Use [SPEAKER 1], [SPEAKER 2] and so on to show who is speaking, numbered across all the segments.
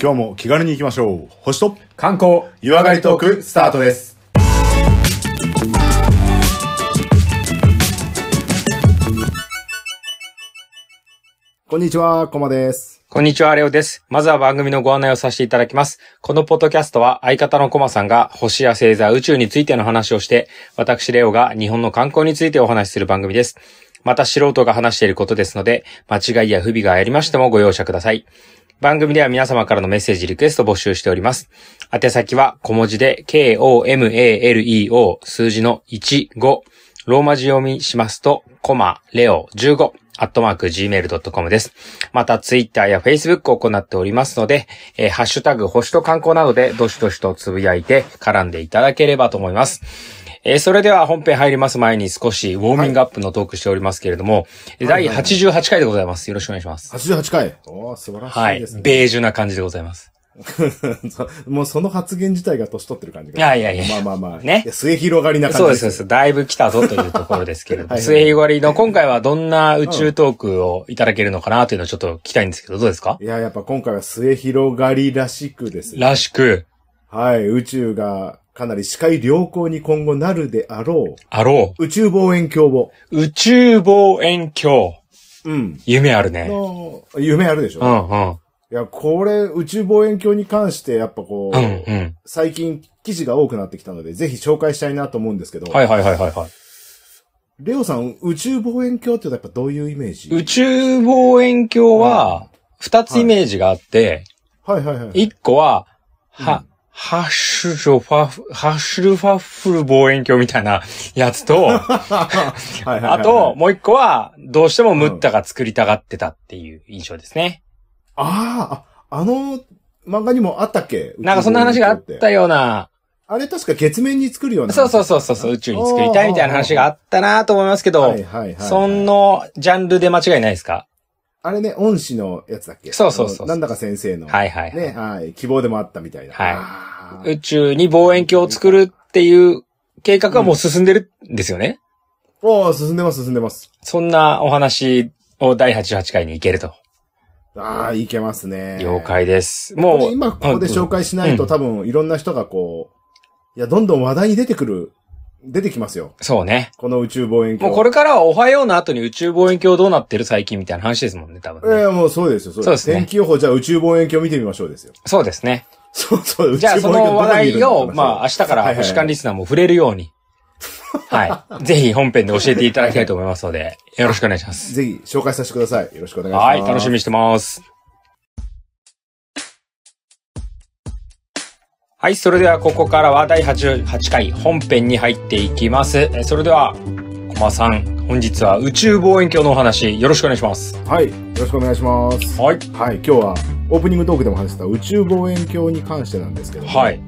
[SPEAKER 1] 今日も気軽に行きましょう。星と
[SPEAKER 2] 観光
[SPEAKER 1] 湯上がりトークスタートです。こんにちは、こまです。
[SPEAKER 2] こんにちは、レオです。まずは番組のご案内をさせていただきます。このポッドキャストは相方のコマさんが星や星座、宇宙についての話をして、私レオが日本の観光についてお話しする番組です。また素人が話していることですので、間違いや不備がありましてもご容赦ください。番組では皆様からのメッセージ、リクエストを募集しております。宛先は小文字で、k-o-m-a-l-e-o 数字の15、ローマ字読みしますと、コマ、レオ15、アットマーク、gmail.com です。また、ツイッターやフェイスブックを行っておりますので、えーハッシュタグ、星と観光などで、どしどしとつぶやいて、絡んでいただければと思います。えーそれでは本編入ります前に少しウォーミングアップのトークしておりますけれども、えー第88回でございます。よろしくお願いします。
[SPEAKER 1] 88回。おー、素晴ら
[SPEAKER 2] は
[SPEAKER 1] しい
[SPEAKER 2] い
[SPEAKER 1] です。ね。
[SPEAKER 2] ベージュな感じでございます。
[SPEAKER 1] もうその発言自体が年取ってる感じが。
[SPEAKER 2] いやいやいや
[SPEAKER 1] まあまあまあ。
[SPEAKER 2] ね
[SPEAKER 1] いや末広がりな感じ
[SPEAKER 2] そうです、そうです。だいぶ来たぞというところですけれど
[SPEAKER 1] はい
[SPEAKER 2] も、
[SPEAKER 1] はい
[SPEAKER 2] 末広がりの今回はどんな宇宙トークをいただけるのかなというのをちょっと聞きたいんですけど、どうですか
[SPEAKER 1] いや、やっぱ今回は末広がりらしくですね。
[SPEAKER 2] らしく、
[SPEAKER 1] はい、宇宙がかなり視界良好に今後なるであろ
[SPEAKER 2] あろ
[SPEAKER 1] う、宇宙望遠鏡を、
[SPEAKER 2] う、宇宙望遠鏡、
[SPEAKER 1] うん、
[SPEAKER 2] 夢あるね。
[SPEAKER 1] の、夢あるでしょ、
[SPEAKER 2] う
[SPEAKER 1] い
[SPEAKER 2] んうん。
[SPEAKER 1] や、これ、宇宙望遠鏡に関して、やっぱこう、
[SPEAKER 2] うんうん。
[SPEAKER 1] 最近記事が多くなってきたので、ぜひ紹介したいなと思うんですけど、
[SPEAKER 2] はいはいはいはいはい。
[SPEAKER 1] レオさん、宇宙望遠鏡ってやっぱどういうイメージ
[SPEAKER 2] 宇宙望遠鏡は、二つイメージがあって、
[SPEAKER 1] はいはいはい。
[SPEAKER 2] 一個は、は、ハッシュファフ、ハッシュファッフル望遠鏡みたいなやつと、
[SPEAKER 1] はいはいはい
[SPEAKER 2] あと、、もう一個は、どうしてもムッタが作りたがってたっていう印象ですね。
[SPEAKER 1] ああ、ああの漫画にもあったっけ
[SPEAKER 2] なんかそんな話があっ。
[SPEAKER 1] 宇宙望遠
[SPEAKER 2] た
[SPEAKER 1] 鏡て
[SPEAKER 2] ような、
[SPEAKER 1] あれ確か月面に作るような。
[SPEAKER 2] そうそうそうそうそう、宇宙に作りたいみたいな話があったなと思いますけ
[SPEAKER 1] は
[SPEAKER 2] ど
[SPEAKER 1] い、はいはい。
[SPEAKER 2] そのジャンルで間違いないですか
[SPEAKER 1] あれね、恩師のやつだっけ
[SPEAKER 2] そうそうそうそ
[SPEAKER 1] あ
[SPEAKER 2] う
[SPEAKER 1] のなんだか先生の。
[SPEAKER 2] はいはいはい
[SPEAKER 1] ね、はい。希望でもあったみたいな。
[SPEAKER 2] はい
[SPEAKER 1] あー
[SPEAKER 2] 宇宙に望遠鏡を作るっていう計画はもう進んでるんですよね。
[SPEAKER 1] おー、進んでます、進んでます。
[SPEAKER 2] そんなお話を第88回に行けると。
[SPEAKER 1] ああ、いけますね。
[SPEAKER 2] 了解です。
[SPEAKER 1] こ
[SPEAKER 2] も
[SPEAKER 1] れ
[SPEAKER 2] う、
[SPEAKER 1] 今ここで紹介しないと、
[SPEAKER 2] うん
[SPEAKER 1] 多分いろんな人がこう、いや、どんどん話題に出てくる、出てきますよ。
[SPEAKER 2] そうね。
[SPEAKER 1] この宇宙望遠
[SPEAKER 2] も
[SPEAKER 1] 鏡。
[SPEAKER 2] うこれからはおはようの後に宇宙望遠鏡どうなってる最近みたいな話ですもんね、多分
[SPEAKER 1] い
[SPEAKER 2] ね。
[SPEAKER 1] や、もうそうですよ、そう
[SPEAKER 2] そ
[SPEAKER 1] で。
[SPEAKER 2] うですすね
[SPEAKER 1] 天気予報、じゃあ宇宙望遠鏡見てみましょうですよ。
[SPEAKER 2] そうですね。
[SPEAKER 1] そうそう、宇
[SPEAKER 2] じゃあ
[SPEAKER 1] 宙
[SPEAKER 2] そ
[SPEAKER 1] 望遠
[SPEAKER 2] の
[SPEAKER 1] 鏡
[SPEAKER 2] 話題を、まあ明
[SPEAKER 1] あ、
[SPEAKER 2] 日から星間リスナーも触れるよ うに。はい。ぜひ本編で教えていただきたいと思いますので、よろしくお願いします。
[SPEAKER 1] ぜひ紹介させてください。よろしくお願いします。
[SPEAKER 2] はい、楽しみにしてます。はい、それではここからは第88回本編に入っていきます。えそれでは、駒さん、本日は宇宙望遠鏡のお話、よろしくお願いします。
[SPEAKER 1] はい、よろしくお願いします。
[SPEAKER 2] はい。
[SPEAKER 1] はい、今日はオープニングトークでも話した宇宙望遠鏡に関してなんですけども、
[SPEAKER 2] はい。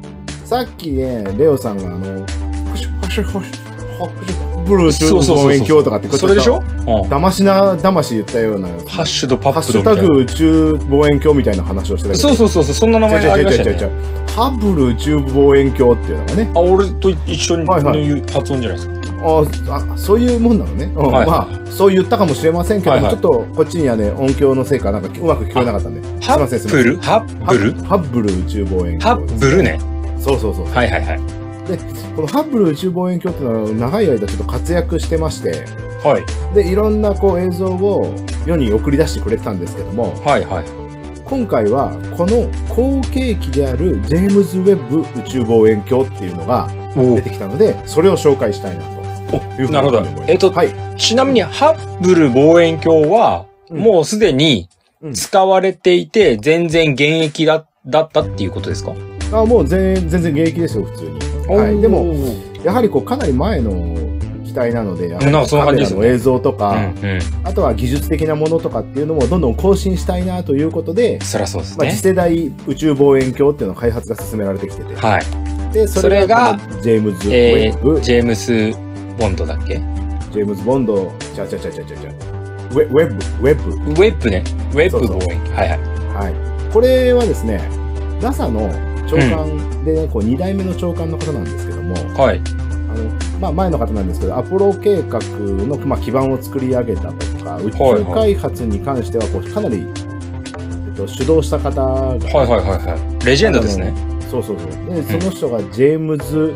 [SPEAKER 1] さっきね、レオさんがあの、ホシュホシュホシュホシュブルース
[SPEAKER 2] そうそうそうそう
[SPEAKER 1] 望遠鏡とかって
[SPEAKER 2] それでしょうん。
[SPEAKER 1] だましな、だまし言ったような、ハ
[SPEAKER 2] ハッシュドパ
[SPEAKER 1] ッ
[SPEAKER 2] ップ
[SPEAKER 1] シ
[SPEAKER 2] ド
[SPEAKER 1] ュ
[SPEAKER 2] みた
[SPEAKER 1] タ
[SPEAKER 2] いな
[SPEAKER 1] グ。宇宙望遠鏡みたいな話をしてたけど、
[SPEAKER 2] そうそうそうそう、そんな名前ありました
[SPEAKER 1] 違う違う違
[SPEAKER 2] よ
[SPEAKER 1] う違う
[SPEAKER 2] ね。
[SPEAKER 1] ハブル宇宙望遠鏡っていうのがね、
[SPEAKER 2] あ、俺と一緒に
[SPEAKER 1] はいはい
[SPEAKER 2] 言う発音じゃないですか。
[SPEAKER 1] ああそういうもんなのね、うん
[SPEAKER 2] はい
[SPEAKER 1] まあ、そう言ったかもしれませんけども、
[SPEAKER 2] はいはい
[SPEAKER 1] ちょっとこっちにはね、音響のせいかなんかうまく聞こえなかったんで、すい
[SPEAKER 2] ハ
[SPEAKER 1] ません、す
[SPEAKER 2] ッブ
[SPEAKER 1] い
[SPEAKER 2] ルハッ
[SPEAKER 1] ま
[SPEAKER 2] ブ
[SPEAKER 1] せん。
[SPEAKER 2] ル
[SPEAKER 1] ハッブル宇宙望遠
[SPEAKER 2] ハ
[SPEAKER 1] 鏡
[SPEAKER 2] ッブルね。
[SPEAKER 1] そうそうそう。
[SPEAKER 2] はいはいはい。
[SPEAKER 1] このハッブル宇宙望遠鏡っていうのは長い間ちょっと活躍してまして、
[SPEAKER 2] はい。
[SPEAKER 1] で、いろんなこう映像を世に送り出してくれてたんですけども、
[SPEAKER 2] はいはい。
[SPEAKER 1] 今回はこの後継機であるジェームズ・ウェッブ宇宙望遠鏡っていうのが
[SPEAKER 2] お
[SPEAKER 1] 出てきたので、それを紹介したいなというふうに思います。
[SPEAKER 2] なるほどえっと
[SPEAKER 1] はい。
[SPEAKER 2] ちなみに、ハッブル望遠鏡は、
[SPEAKER 1] うん
[SPEAKER 2] もうすでに
[SPEAKER 1] うん
[SPEAKER 2] 使われていて、全然現役だだったっていうことですか
[SPEAKER 1] あもう全全然現役ですよ、普通に。はい。でも、、やはりこう、かなり前の機体なので、やはり
[SPEAKER 2] なんかそんな
[SPEAKER 1] カ
[SPEAKER 2] 感
[SPEAKER 1] メ
[SPEAKER 2] じで
[SPEAKER 1] ラ
[SPEAKER 2] すよ
[SPEAKER 1] の
[SPEAKER 2] ね
[SPEAKER 1] 映像と
[SPEAKER 2] う
[SPEAKER 1] か、
[SPEAKER 2] んうん。
[SPEAKER 1] あとは技術的なものとかっていうのもどんどん更新したいなということで、
[SPEAKER 2] そりゃそうです
[SPEAKER 1] まあ、次
[SPEAKER 2] ね。
[SPEAKER 1] 世代宇宙望遠鏡っていうの開発が進められてきてて、
[SPEAKER 2] はい。
[SPEAKER 1] で、それが
[SPEAKER 2] そ
[SPEAKER 1] このジェームズ・ウェ
[SPEAKER 2] え
[SPEAKER 1] ッブ
[SPEAKER 2] ー、ジェームス・ボンドだっけ
[SPEAKER 1] ジェームズ・ボンド、ちゃちゃちゃちゃちゃちゃ。ウェウェブ、ウェブ。
[SPEAKER 2] ウェップね。ウェップ望遠鏡。はいはい。
[SPEAKER 1] はい。これはですね、NASA の長官で、ねこう2代目の長官の方なんですけども、
[SPEAKER 2] はい。
[SPEAKER 1] あの、まあ前の方なんですけど、アポロ計画の、まあ、基盤を作り上げたとか、宇宙開発に関してはこうかなりと、主導した方が、
[SPEAKER 2] はいはいはいはい。レジェンドですね。
[SPEAKER 1] そうそうそう。で、その人がジェームズ・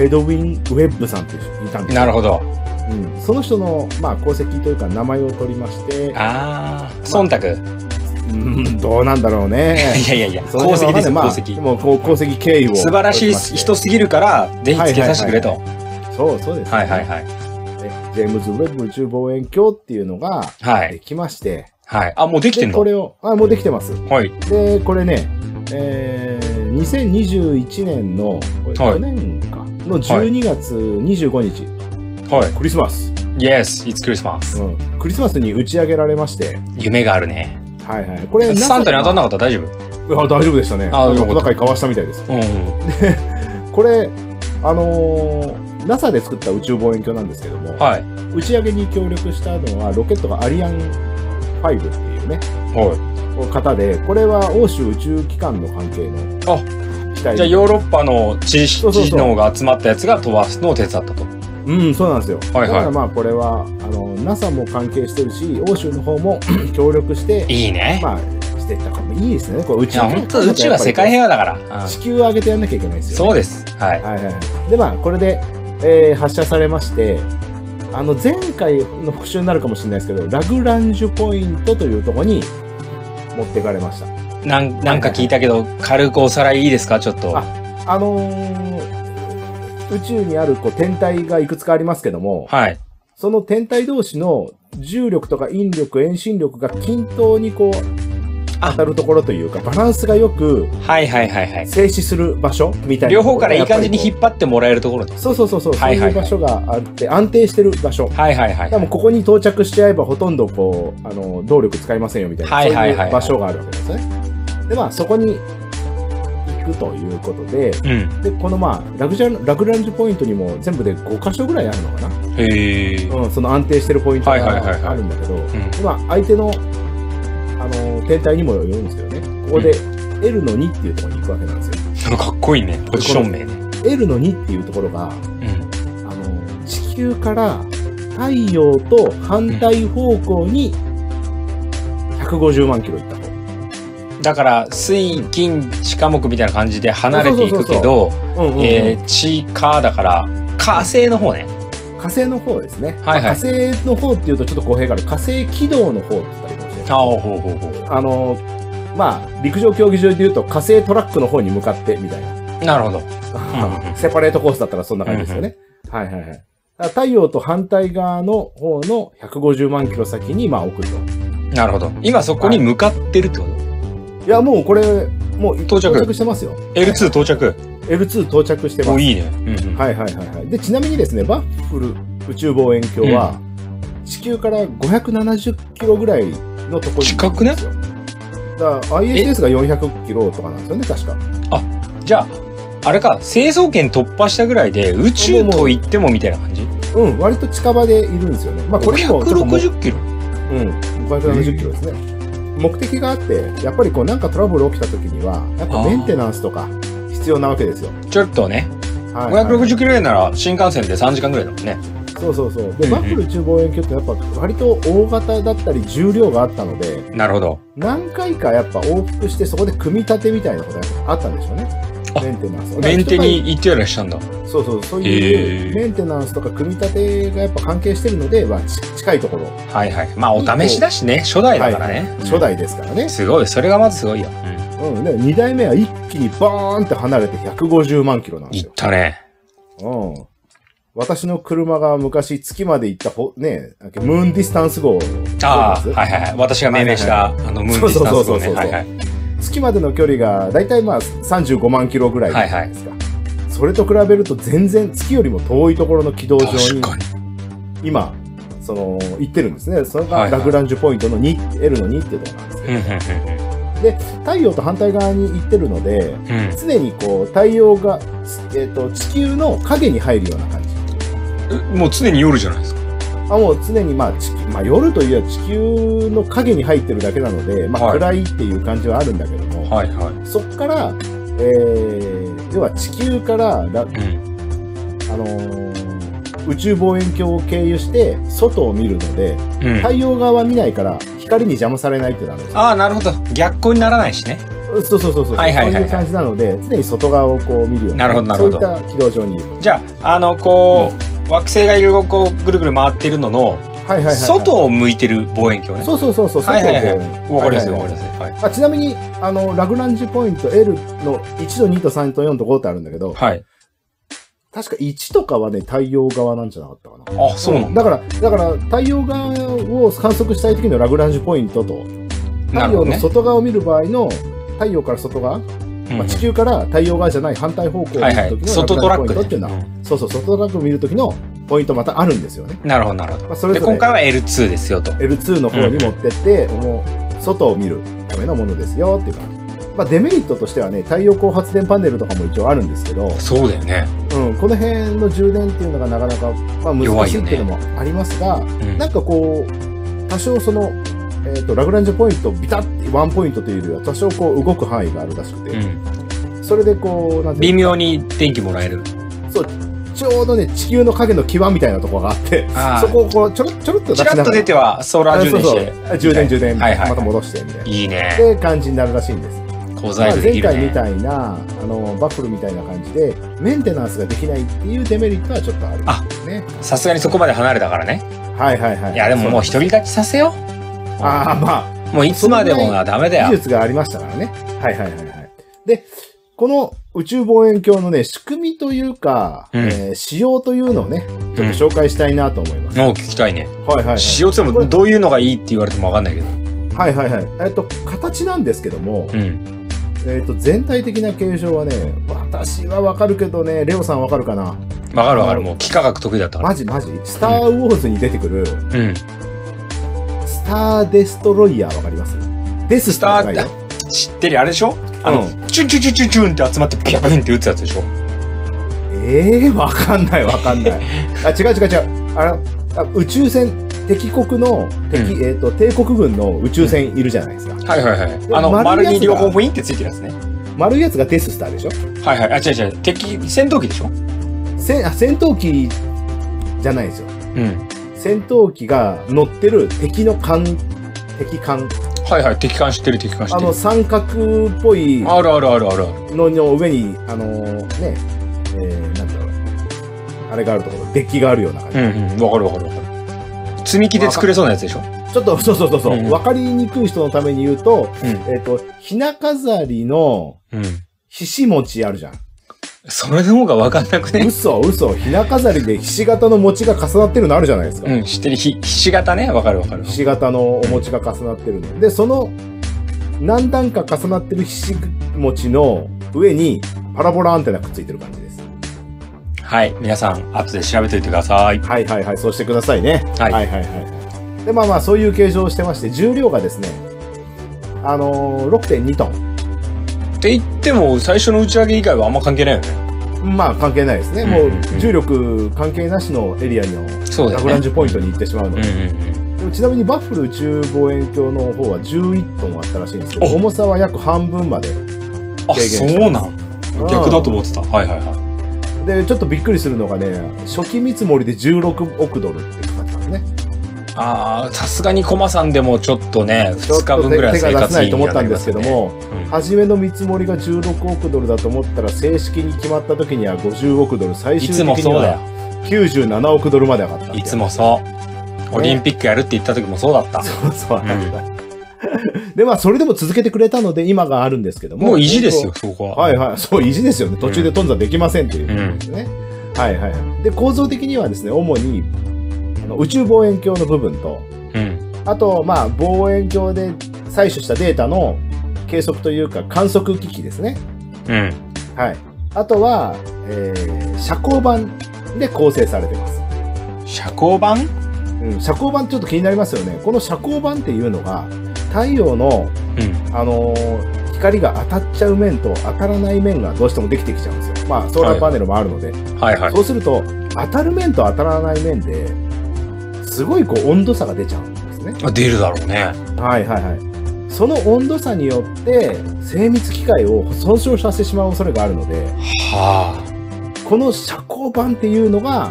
[SPEAKER 1] エドウィン・ウェッブさんっていう人いたんですよ
[SPEAKER 2] なるほど。
[SPEAKER 1] うん、その人の、まあ、功績というか名前を取りまして、
[SPEAKER 2] ああ、忖度。
[SPEAKER 1] うん、どうなんだろうね。
[SPEAKER 2] いやいやいや、
[SPEAKER 1] その辺は
[SPEAKER 2] 功績ですよ、
[SPEAKER 1] まあ
[SPEAKER 2] 功績。
[SPEAKER 1] もうこう功績経緯を。
[SPEAKER 2] 素晴らしい人すぎるから、ぜひつけさせてくれと。は
[SPEAKER 1] そうそうです、
[SPEAKER 2] いはい
[SPEAKER 1] い。
[SPEAKER 2] はい。
[SPEAKER 1] ジェームズ・ウェッブ宇宙望遠鏡っていうのが
[SPEAKER 2] は
[SPEAKER 1] で
[SPEAKER 2] い。
[SPEAKER 1] きまして、
[SPEAKER 2] はい。あ、もうできてん
[SPEAKER 1] でこ
[SPEAKER 2] の
[SPEAKER 1] れを、あ、もうできてます。
[SPEAKER 2] はい。
[SPEAKER 1] で、これね、えー、2021年の、これ
[SPEAKER 2] はい
[SPEAKER 1] 去年か、の12月25日、
[SPEAKER 2] は
[SPEAKER 1] クリスマス、
[SPEAKER 2] い。Yes, it's Christmas.
[SPEAKER 1] うん。クリスマスに打ち上げられまして、
[SPEAKER 2] 夢があるね。
[SPEAKER 1] はいはい。これ、
[SPEAKER 2] サンタに当たんな
[SPEAKER 1] か
[SPEAKER 2] かったら大丈夫
[SPEAKER 1] 大丈夫でしたね。
[SPEAKER 2] あよかった
[SPEAKER 1] お高い交わしたみたいです。
[SPEAKER 2] うんうん。
[SPEAKER 1] これ、あのー NASA で作った宇宙望遠鏡なんですけども、
[SPEAKER 2] はい。
[SPEAKER 1] 打ち上げに協力したのは、ロケットがアリアン5っていうね、
[SPEAKER 2] は
[SPEAKER 1] 方で、これは欧州宇宙機関の関係の
[SPEAKER 2] あ
[SPEAKER 1] 機体で
[SPEAKER 2] い。じゃあ、ヨーロッパの知
[SPEAKER 1] そうそうそう
[SPEAKER 2] 識知能が集まったやつが飛ばすのを手伝ったと。
[SPEAKER 1] うん、そうなんですよ。
[SPEAKER 2] はいはい
[SPEAKER 1] だからまあこれはあの NASA も関係してるし、欧州の方も 協力して、
[SPEAKER 2] いいね。
[SPEAKER 1] まあしていったからいいですね。これ宇
[SPEAKER 2] い
[SPEAKER 1] 宙
[SPEAKER 2] や、本当宇宙は世界平和だから。うん
[SPEAKER 1] 地球を上げてやんなきゃいけないですよ、
[SPEAKER 2] そう
[SPEAKER 1] ね。
[SPEAKER 2] です。はい。
[SPEAKER 1] はいはいはい。でまあこれで、えー発射されまして、あの前回の復習になるかもしれないですけど、ラグランジュポイントというところに持ってかれました。
[SPEAKER 2] なんなんか聞いたけど、軽くおさらいいですかちょっと。
[SPEAKER 1] ああのー宇宙にあるこう天体がいくつかありますけども、
[SPEAKER 2] はい。
[SPEAKER 1] その天体同士の重力とか引力、遠心力が均等にこう、
[SPEAKER 2] あ
[SPEAKER 1] 当たるところというか、バランスがよく
[SPEAKER 2] はいはいはいはい。
[SPEAKER 1] 静止する場所みたいな。
[SPEAKER 2] 両方からいい感じに引
[SPEAKER 1] っ
[SPEAKER 2] っ張ってもらえるところです。
[SPEAKER 1] そうそうそうそう、
[SPEAKER 2] はいはいはい
[SPEAKER 1] そういう場所があって、安定してる場所。
[SPEAKER 2] はいはいはい
[SPEAKER 1] で。もここに到着しちゃえばほとんどこう、あの、動力使いませんよみたいな、
[SPEAKER 2] はいはいはいはい
[SPEAKER 1] そういう場所があるわけですね。で、まあそこに行くということで、
[SPEAKER 2] うん。
[SPEAKER 1] で、このまあ、ラグジャラグランジュポイントにも全部で5箇所ぐらいあるのかな。
[SPEAKER 2] へえ。
[SPEAKER 1] うん、その安定してるポイント
[SPEAKER 2] はいはいはいはい
[SPEAKER 1] があるんだけど、
[SPEAKER 2] うん
[SPEAKER 1] 今相手のあの天体にもよるんですけどねここで L の2っていうところに行くわけなんですよ、
[SPEAKER 2] かっこいいね。ポジション名ね。
[SPEAKER 1] L の2っていうところがあ
[SPEAKER 2] うん。
[SPEAKER 1] の地球から太陽と反対方向に150万キロ行ったと
[SPEAKER 2] だから、水、金、地下木みたいな感じで離れていくけど、
[SPEAKER 1] うんうんうん
[SPEAKER 2] えー、地下だから、火星の方ね。
[SPEAKER 1] 火星の方ですね、
[SPEAKER 2] はいはい
[SPEAKER 1] 火星の方っていうとちょっと公平から火星軌道の方って言ったらいいかもしれない
[SPEAKER 2] ああ、ほうほうほう。
[SPEAKER 1] あのまあ陸上競技場でいうと火星トラックの方に向かってみたいな
[SPEAKER 2] なるほど。うん
[SPEAKER 1] セパレートコースだったらそんな感じですよね。はいはいはい。だから太陽と反対側の方の150万キロ先にまあ送ると。
[SPEAKER 2] なるほど。今そこに向かってるってこと、
[SPEAKER 1] いやもうこれ、もう
[SPEAKER 2] 到着
[SPEAKER 1] してますよ。
[SPEAKER 2] ?L2 到着。
[SPEAKER 1] L2 到着してま
[SPEAKER 2] お、
[SPEAKER 1] す。
[SPEAKER 2] いいね。うんうん。
[SPEAKER 1] はいはいはいはい。で、ちなみにですね、バッフル宇宙望遠鏡は、地球から570キロぐらいのところに
[SPEAKER 2] 近くね
[SPEAKER 1] だから ISS が400キロとかなんですよね、確か。
[SPEAKER 2] じゃあ、あれか、成層圏突破したぐらいで、宇宙と言ってもみたいな感じ
[SPEAKER 1] うん、割と近場でいるんですよね。まあこれにもちょっともう
[SPEAKER 2] ?160 キロ
[SPEAKER 1] うん、570キロですね。目的があって、やっぱりこうなんかトラブル起きた時には、やっぱメンテナンスとか必要なわけですよ。
[SPEAKER 2] ちょっとね、
[SPEAKER 1] はいはい
[SPEAKER 2] 560キロぐらいなら新幹線で3時間ぐらいだもんね。
[SPEAKER 1] そうそうそう。で、
[SPEAKER 2] うんうん
[SPEAKER 1] バッフル中望遠鏡ってやっぱ割と大型だったり重量があったので、
[SPEAKER 2] なるほど。
[SPEAKER 1] 何回かやっぱ往復してそこで組み立てみたいなことがあったんでしょうね
[SPEAKER 2] あ。
[SPEAKER 1] メンテナンス。
[SPEAKER 2] メンテに行ってやらしたんだ。
[SPEAKER 1] そうそう、そう
[SPEAKER 2] へ
[SPEAKER 1] い
[SPEAKER 2] ー
[SPEAKER 1] うメンテナンスとか組み立てがやっぱ関係してるので、まあち近いところ、
[SPEAKER 2] はいはい。まあ、お試しだしね、初代だからね。
[SPEAKER 1] 初代ですからね。
[SPEAKER 2] すごい、それがまずすごいよ。
[SPEAKER 1] うん。で、2代目は一気にバーンって離れて150万キロなんです
[SPEAKER 2] 行
[SPEAKER 1] よ
[SPEAKER 2] っ。たね。
[SPEAKER 1] うん。私の車が昔月まで行ったほ、ねえ、ムーンディスタンス号。
[SPEAKER 2] ああ、
[SPEAKER 1] 覚えてま
[SPEAKER 2] はいはいはい。私が命名した、あの、ムーンディスタンスをね。
[SPEAKER 1] そうそうそうそう
[SPEAKER 2] はいはい。
[SPEAKER 1] す月までの距離がだいたいまあ35万キロぐらいじゃないですか。それと比べると全然月よりも遠いところの軌道上
[SPEAKER 2] 確
[SPEAKER 1] に
[SPEAKER 2] かに。
[SPEAKER 1] 今、その、行ってるんですね。それ
[SPEAKER 2] はい
[SPEAKER 1] が
[SPEAKER 2] はい
[SPEAKER 1] ラグランジュポイントの2、L の2っていうところなんですけ
[SPEAKER 2] うん、うん、
[SPEAKER 1] ど。で、太陽と反対側に行ってるので、
[SPEAKER 2] うんうん。
[SPEAKER 1] 常にこう、太陽が、えっ、と、地球の影に入るような感じ。
[SPEAKER 2] えもう常に夜じゃないですか。
[SPEAKER 1] あもう常に、まあ、地球まあ、夜といえば地球の影に入ってるだけなので、まあ、
[SPEAKER 2] はい
[SPEAKER 1] 暗いっていう感じはあるんだけども、
[SPEAKER 2] はいはい。
[SPEAKER 1] そっから、えー、要は地球からラ、あ
[SPEAKER 2] うん。
[SPEAKER 1] のー宇宙望遠鏡を経由して外を見るので、
[SPEAKER 2] うん。
[SPEAKER 1] 太陽側は見ないから光に邪魔されないってなるんですよ。
[SPEAKER 2] ああ、なるほど。逆光にならないしね。
[SPEAKER 1] そうそうそうそう。
[SPEAKER 2] はいはいはいはい
[SPEAKER 1] そういう感じなので、常に外側をこう見るよう
[SPEAKER 2] なるほどなるほど
[SPEAKER 1] そういった軌道上にいる。
[SPEAKER 2] じゃあ、あの、こう、惑星がいろいろこう、ぐるぐる回ってるのの、
[SPEAKER 1] はいはいはい、はい。
[SPEAKER 2] 外を向いてる望遠鏡ね。
[SPEAKER 1] そうそうそうそう。
[SPEAKER 2] はいはいはい
[SPEAKER 1] 外をこう
[SPEAKER 2] わかりますよ、
[SPEAKER 1] は
[SPEAKER 2] わ
[SPEAKER 1] い
[SPEAKER 2] か
[SPEAKER 1] はい
[SPEAKER 2] り
[SPEAKER 1] はい
[SPEAKER 2] ますよ。はい。
[SPEAKER 1] あちなみに、あの、ラグランジュポイント L の1と2と3と4と5ってあるんだけど、
[SPEAKER 2] はい。
[SPEAKER 1] 確か1とかはね、太陽側なんじゃなかったかな。
[SPEAKER 2] あ、そうなんだ。
[SPEAKER 1] だから、だから、太陽側を観測したい時のラグランジュポイントと、太
[SPEAKER 2] なるほ
[SPEAKER 1] 陽の
[SPEAKER 2] どね。
[SPEAKER 1] 外側を見る場合の、太陽から外側、
[SPEAKER 2] うん
[SPEAKER 1] ま
[SPEAKER 2] う
[SPEAKER 1] あ、
[SPEAKER 2] ん
[SPEAKER 1] 地球から太陽側じゃない反対方向を見
[SPEAKER 2] はいは
[SPEAKER 1] る時
[SPEAKER 2] い。
[SPEAKER 1] の
[SPEAKER 2] 外ト
[SPEAKER 1] ラ
[SPEAKER 2] ラ
[SPEAKER 1] グ
[SPEAKER 2] ッ
[SPEAKER 1] ンジュポイント
[SPEAKER 2] ク
[SPEAKER 1] ってい
[SPEAKER 2] で
[SPEAKER 1] うのは、
[SPEAKER 2] ね。
[SPEAKER 1] そうそう、外トラックを見る時のポイントまたあるんですよね。
[SPEAKER 2] うんなるほど、なるほど。
[SPEAKER 1] まあ、それ
[SPEAKER 2] で、
[SPEAKER 1] ぞ
[SPEAKER 2] 今
[SPEAKER 1] れ
[SPEAKER 2] 回は L2 ですよと。
[SPEAKER 1] L2 の方に持ってって、もう外を見るためのものですよっていう感じ。まあ、デメリットとしてはね、太陽光発電パネルとかも一応あるんですけど、
[SPEAKER 2] そうだよね。
[SPEAKER 1] うん、この辺の充電っていうのがなかなか、まあ、
[SPEAKER 2] 弱
[SPEAKER 1] 難
[SPEAKER 2] い
[SPEAKER 1] しい
[SPEAKER 2] よ
[SPEAKER 1] っ
[SPEAKER 2] ね
[SPEAKER 1] ていうのもありますが、
[SPEAKER 2] うん
[SPEAKER 1] なんかこう、多少その、えっとラグランジュポイント、ビタッてワンポイントというよりは、多少こう動く範囲があるらしく
[SPEAKER 2] う
[SPEAKER 1] て、
[SPEAKER 2] ん。
[SPEAKER 1] それでこう、なんてい
[SPEAKER 2] 微
[SPEAKER 1] う
[SPEAKER 2] 妙に電気もらえる。
[SPEAKER 1] のそう、ちょうどね、地球の影の際みたいなところがあって、
[SPEAKER 2] あ
[SPEAKER 1] そこをこうちょろちょろっと出し
[SPEAKER 2] チ
[SPEAKER 1] な
[SPEAKER 2] ラ
[SPEAKER 1] がら
[SPEAKER 2] ッと出てはソーラー充電し
[SPEAKER 1] あそうそう充電充電、
[SPEAKER 2] はいはいはい
[SPEAKER 1] また戻してみたいな。
[SPEAKER 2] て。いいね。
[SPEAKER 1] って感じになるらしいんです。
[SPEAKER 2] 小
[SPEAKER 1] ま
[SPEAKER 2] 細
[SPEAKER 1] あ
[SPEAKER 2] 工で
[SPEAKER 1] 前
[SPEAKER 2] きる
[SPEAKER 1] 回み
[SPEAKER 2] ね。
[SPEAKER 1] たいな、あの、バッフルみたいな感じで、メンテナンスができないっていうデメリットはちょっとあるんですね。
[SPEAKER 2] さすがにそこまで離れたからね。
[SPEAKER 1] はいはいはい。
[SPEAKER 2] いや、でももう
[SPEAKER 1] そ
[SPEAKER 2] 独り立ちさせよ
[SPEAKER 1] うああ、ま
[SPEAKER 2] う。もういつまでもなダメだ
[SPEAKER 1] あ、技
[SPEAKER 2] よ。
[SPEAKER 1] 術がありましたからね。はいはいはいはい。で、この宇宙望遠鏡のね、仕組みというか、
[SPEAKER 2] うん
[SPEAKER 1] えー仕様というのをね、ちょっと紹介したいなと思います。
[SPEAKER 2] もう聞きたいね。
[SPEAKER 1] はいはい、はい。
[SPEAKER 2] 使用ってもどういうのがいいって言われてもわかんないけど。
[SPEAKER 1] はいはいはい。えっと、形なんですけども、
[SPEAKER 2] うん。
[SPEAKER 1] えっと、全体的な形状はね、私はわかるけどね、レオさんわかるかな
[SPEAKER 2] わかるわかる。もう幾何学得意だったから。
[SPEAKER 1] マジマジスターウォーズに出てくる、
[SPEAKER 2] うん。
[SPEAKER 1] スターデストロイヤーわかりますデススターじゃないよ
[SPEAKER 2] 知ってるあれでしょあの
[SPEAKER 1] う、
[SPEAKER 2] チュンチュンチュンチュンチュンって集まってピャピンって打つやつでしょ
[SPEAKER 1] ええー、わかんないわかん ない。あ、違う違う違う。あの、あ宇宙船、敵国の、敵、えっ、と、帝国軍の宇宙船いるじゃないですか。
[SPEAKER 2] はいはいはい。あの、
[SPEAKER 1] 丸い
[SPEAKER 2] 丸
[SPEAKER 1] やつが
[SPEAKER 2] に両方ポインってついてるやつね。
[SPEAKER 1] 丸いやつがデススターでしょ
[SPEAKER 2] はいはい。あ、違う違う。敵、戦闘機でしょ
[SPEAKER 1] 戦あ戦闘機じゃないですよ。
[SPEAKER 2] うん。
[SPEAKER 1] 戦闘機が乗ってる敵の艦、敵艦。
[SPEAKER 2] はいはい。敵艦知ってる敵艦知っ
[SPEAKER 1] あ
[SPEAKER 2] て
[SPEAKER 1] の、
[SPEAKER 2] る。
[SPEAKER 1] 三角っぽい
[SPEAKER 2] あるあるあるあるある。
[SPEAKER 1] のの上に、あのね、えー、なんだろう。あれがあるところ、デッキがあるような感じ。
[SPEAKER 2] うんうん。わかるわかるわかる。積み木で作れそうなやつでしょ
[SPEAKER 1] ちょっと、そうそうそうそう、
[SPEAKER 2] うん
[SPEAKER 1] わかりにくい人のために言うと、
[SPEAKER 2] うん。
[SPEAKER 1] えっ、と、ひな飾りの
[SPEAKER 2] うん。
[SPEAKER 1] ひし餅あるじゃん。
[SPEAKER 2] それの方がわかんなくね。
[SPEAKER 1] 嘘嘘、ひな飾りでひし形の餅が重なってるのあるじゃないですか。
[SPEAKER 2] うん、知ってる。ひ、ひし形ね。わかるわかる
[SPEAKER 1] ひ。し形のお餅が重なってるの。で、その何段か重なってるひし餅の上にパラボラアンテナくっついてる感じです。
[SPEAKER 2] はい。皆さん、後で調べておいてください。
[SPEAKER 1] はいはいはい、そうしてくださいね。
[SPEAKER 2] はい
[SPEAKER 1] はいはいはい。で、まあまあ、そういう形状をしてまして、重量がですね、あのー、6.2トン。
[SPEAKER 2] って言っても、最初の打ち上げ以外はあんま関係ないよね。
[SPEAKER 1] まあ関係ないですね、
[SPEAKER 2] うん
[SPEAKER 1] も
[SPEAKER 2] うんうん
[SPEAKER 1] う重力関係なしのエリアの
[SPEAKER 2] そう
[SPEAKER 1] ラ
[SPEAKER 2] だよ
[SPEAKER 1] グラン
[SPEAKER 2] ね。
[SPEAKER 1] ジュポイントに行ってしまうの
[SPEAKER 2] うん
[SPEAKER 1] で、
[SPEAKER 2] うんうん。
[SPEAKER 1] でもちなみにバッフル宇宙望遠鏡の方は11トンあったらしいんですけど、
[SPEAKER 2] お
[SPEAKER 1] 重さは約半分まで、
[SPEAKER 2] あ、
[SPEAKER 1] 軽減した
[SPEAKER 2] そうなん。逆だと思ってた。はいはいは
[SPEAKER 1] うんでちょっとびっくりするのがね、初期見積もりで16億ドルって書いてあるね、
[SPEAKER 2] い。ああ、さすがにコマさんでもちょっとね、
[SPEAKER 1] ちょっ
[SPEAKER 2] 2日
[SPEAKER 1] と
[SPEAKER 2] 分ぐ
[SPEAKER 1] 手
[SPEAKER 2] らい
[SPEAKER 1] 手
[SPEAKER 2] 生
[SPEAKER 1] が出せ
[SPEAKER 2] 活
[SPEAKER 1] な
[SPEAKER 2] 費
[SPEAKER 1] い
[SPEAKER 2] に
[SPEAKER 1] と思ったんですけど
[SPEAKER 2] なりま
[SPEAKER 1] も、
[SPEAKER 2] すね。
[SPEAKER 1] 初めの見積もりが16億ドルだと思ったら、正式に決まった時には50億ドル、
[SPEAKER 2] うん
[SPEAKER 1] 最
[SPEAKER 2] い
[SPEAKER 1] 終
[SPEAKER 2] つも
[SPEAKER 1] 的に
[SPEAKER 2] そうだよ
[SPEAKER 1] は。97億ドルまで上がったんで
[SPEAKER 2] いつもそう。オリンピックやるって言った時もそうだった。
[SPEAKER 1] そう そう。
[SPEAKER 2] う
[SPEAKER 1] で、まあ、それでも続けてくれたので、今があるんですけども。
[SPEAKER 2] もう意地ですよ、。そこは。
[SPEAKER 1] はいはい。そう、意地ですよね。途中で頓挫できませんっていうことですね。はいはいはい。で、構造的にはですね、主に、あの宇宙望遠鏡の部分と、
[SPEAKER 2] うん。
[SPEAKER 1] あと、まあ、望遠鏡で採取したデータの計測というか観測機器ですね。
[SPEAKER 2] うん。
[SPEAKER 1] はい。あとは、えー、遮光板で構成されてます。
[SPEAKER 2] 遮光板
[SPEAKER 1] うん、遮光板ちょっと気になりますよね。この遮光板っていうのが、太陽の
[SPEAKER 2] うん。
[SPEAKER 1] あのー光が当たっちゃう面と当たらない面がどうしてもできてきちゃうんですよ。まあ、ソーラーパネルもあるので。
[SPEAKER 2] はいはい
[SPEAKER 1] そ。うすると、当たる面と当たらない面ですごいこう温度差が出ちゃうんですね。
[SPEAKER 2] あ出るだろうね。
[SPEAKER 1] はいはいはい。その温度差によって、精密機械を損傷させてしまう恐れがあるので、
[SPEAKER 2] は
[SPEAKER 1] この遮光板っていうのが、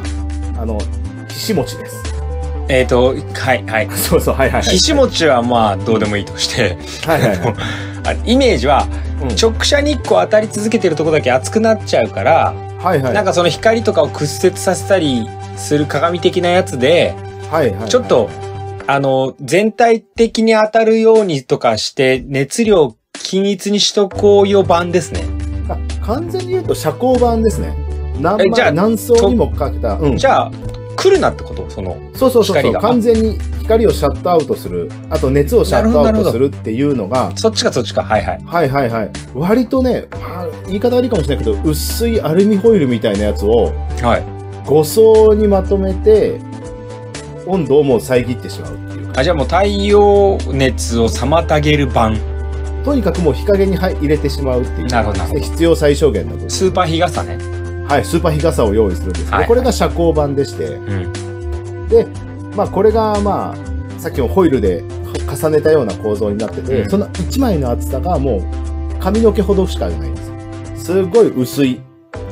[SPEAKER 1] あの、ひし餅です。
[SPEAKER 2] あ。えっ、と、はい、はい。
[SPEAKER 1] そうそう、はいはいはい。
[SPEAKER 2] ひしもちはまあ、どうでもいいとして、
[SPEAKER 1] はいはいはい。
[SPEAKER 2] あイメージは、
[SPEAKER 1] うん
[SPEAKER 2] 直射日光当たり続けてるとこだけ熱くなっちゃうから、
[SPEAKER 1] はいはい。
[SPEAKER 2] なんかその光とかを屈折させたりする鏡的なやつで、
[SPEAKER 1] はいはいはい。
[SPEAKER 2] ちょっと、あの、全体的に当たるようにとかして、熱量均一にしとこうよ版ですね。
[SPEAKER 1] あ。完全に言うと遮光版ですね。何
[SPEAKER 2] えじゃあ
[SPEAKER 1] 枚、何層にもかけた。うん。
[SPEAKER 2] じゃあ、来るなってことその、
[SPEAKER 1] そうそうそうそ
[SPEAKER 2] 光
[SPEAKER 1] う。
[SPEAKER 2] が
[SPEAKER 1] 完全に光をシャットアウトする。あと熱をシャットア
[SPEAKER 2] な
[SPEAKER 1] ウ
[SPEAKER 2] るほど
[SPEAKER 1] トするっていうのが、
[SPEAKER 2] そっちかそっちか。はいはい。
[SPEAKER 1] はいはいはい。割とね、あ言い方悪いかもしれないけど、薄いアルミホイルみたいなやつを
[SPEAKER 2] はい。
[SPEAKER 1] 5層にまとめて、温度をもう遮ってしまうっていう。
[SPEAKER 2] あ、じゃあもう太陽熱を妨げる版。
[SPEAKER 1] とにかくもう日陰に入入れてしまうっていう。
[SPEAKER 2] なるほどなるほど
[SPEAKER 1] で必要最小限だと。
[SPEAKER 2] スーパー日傘ね。
[SPEAKER 1] はい、スーパー日傘を用意するんですけど、
[SPEAKER 2] はい
[SPEAKER 1] これが遮光版でして、
[SPEAKER 2] うん。
[SPEAKER 1] で、まあこれがまあ、さっきのホイルでか重ねたような構造になってて、
[SPEAKER 2] うん
[SPEAKER 1] その1枚の厚さがもう髪の毛ほどしかないんですよ。すごい薄い。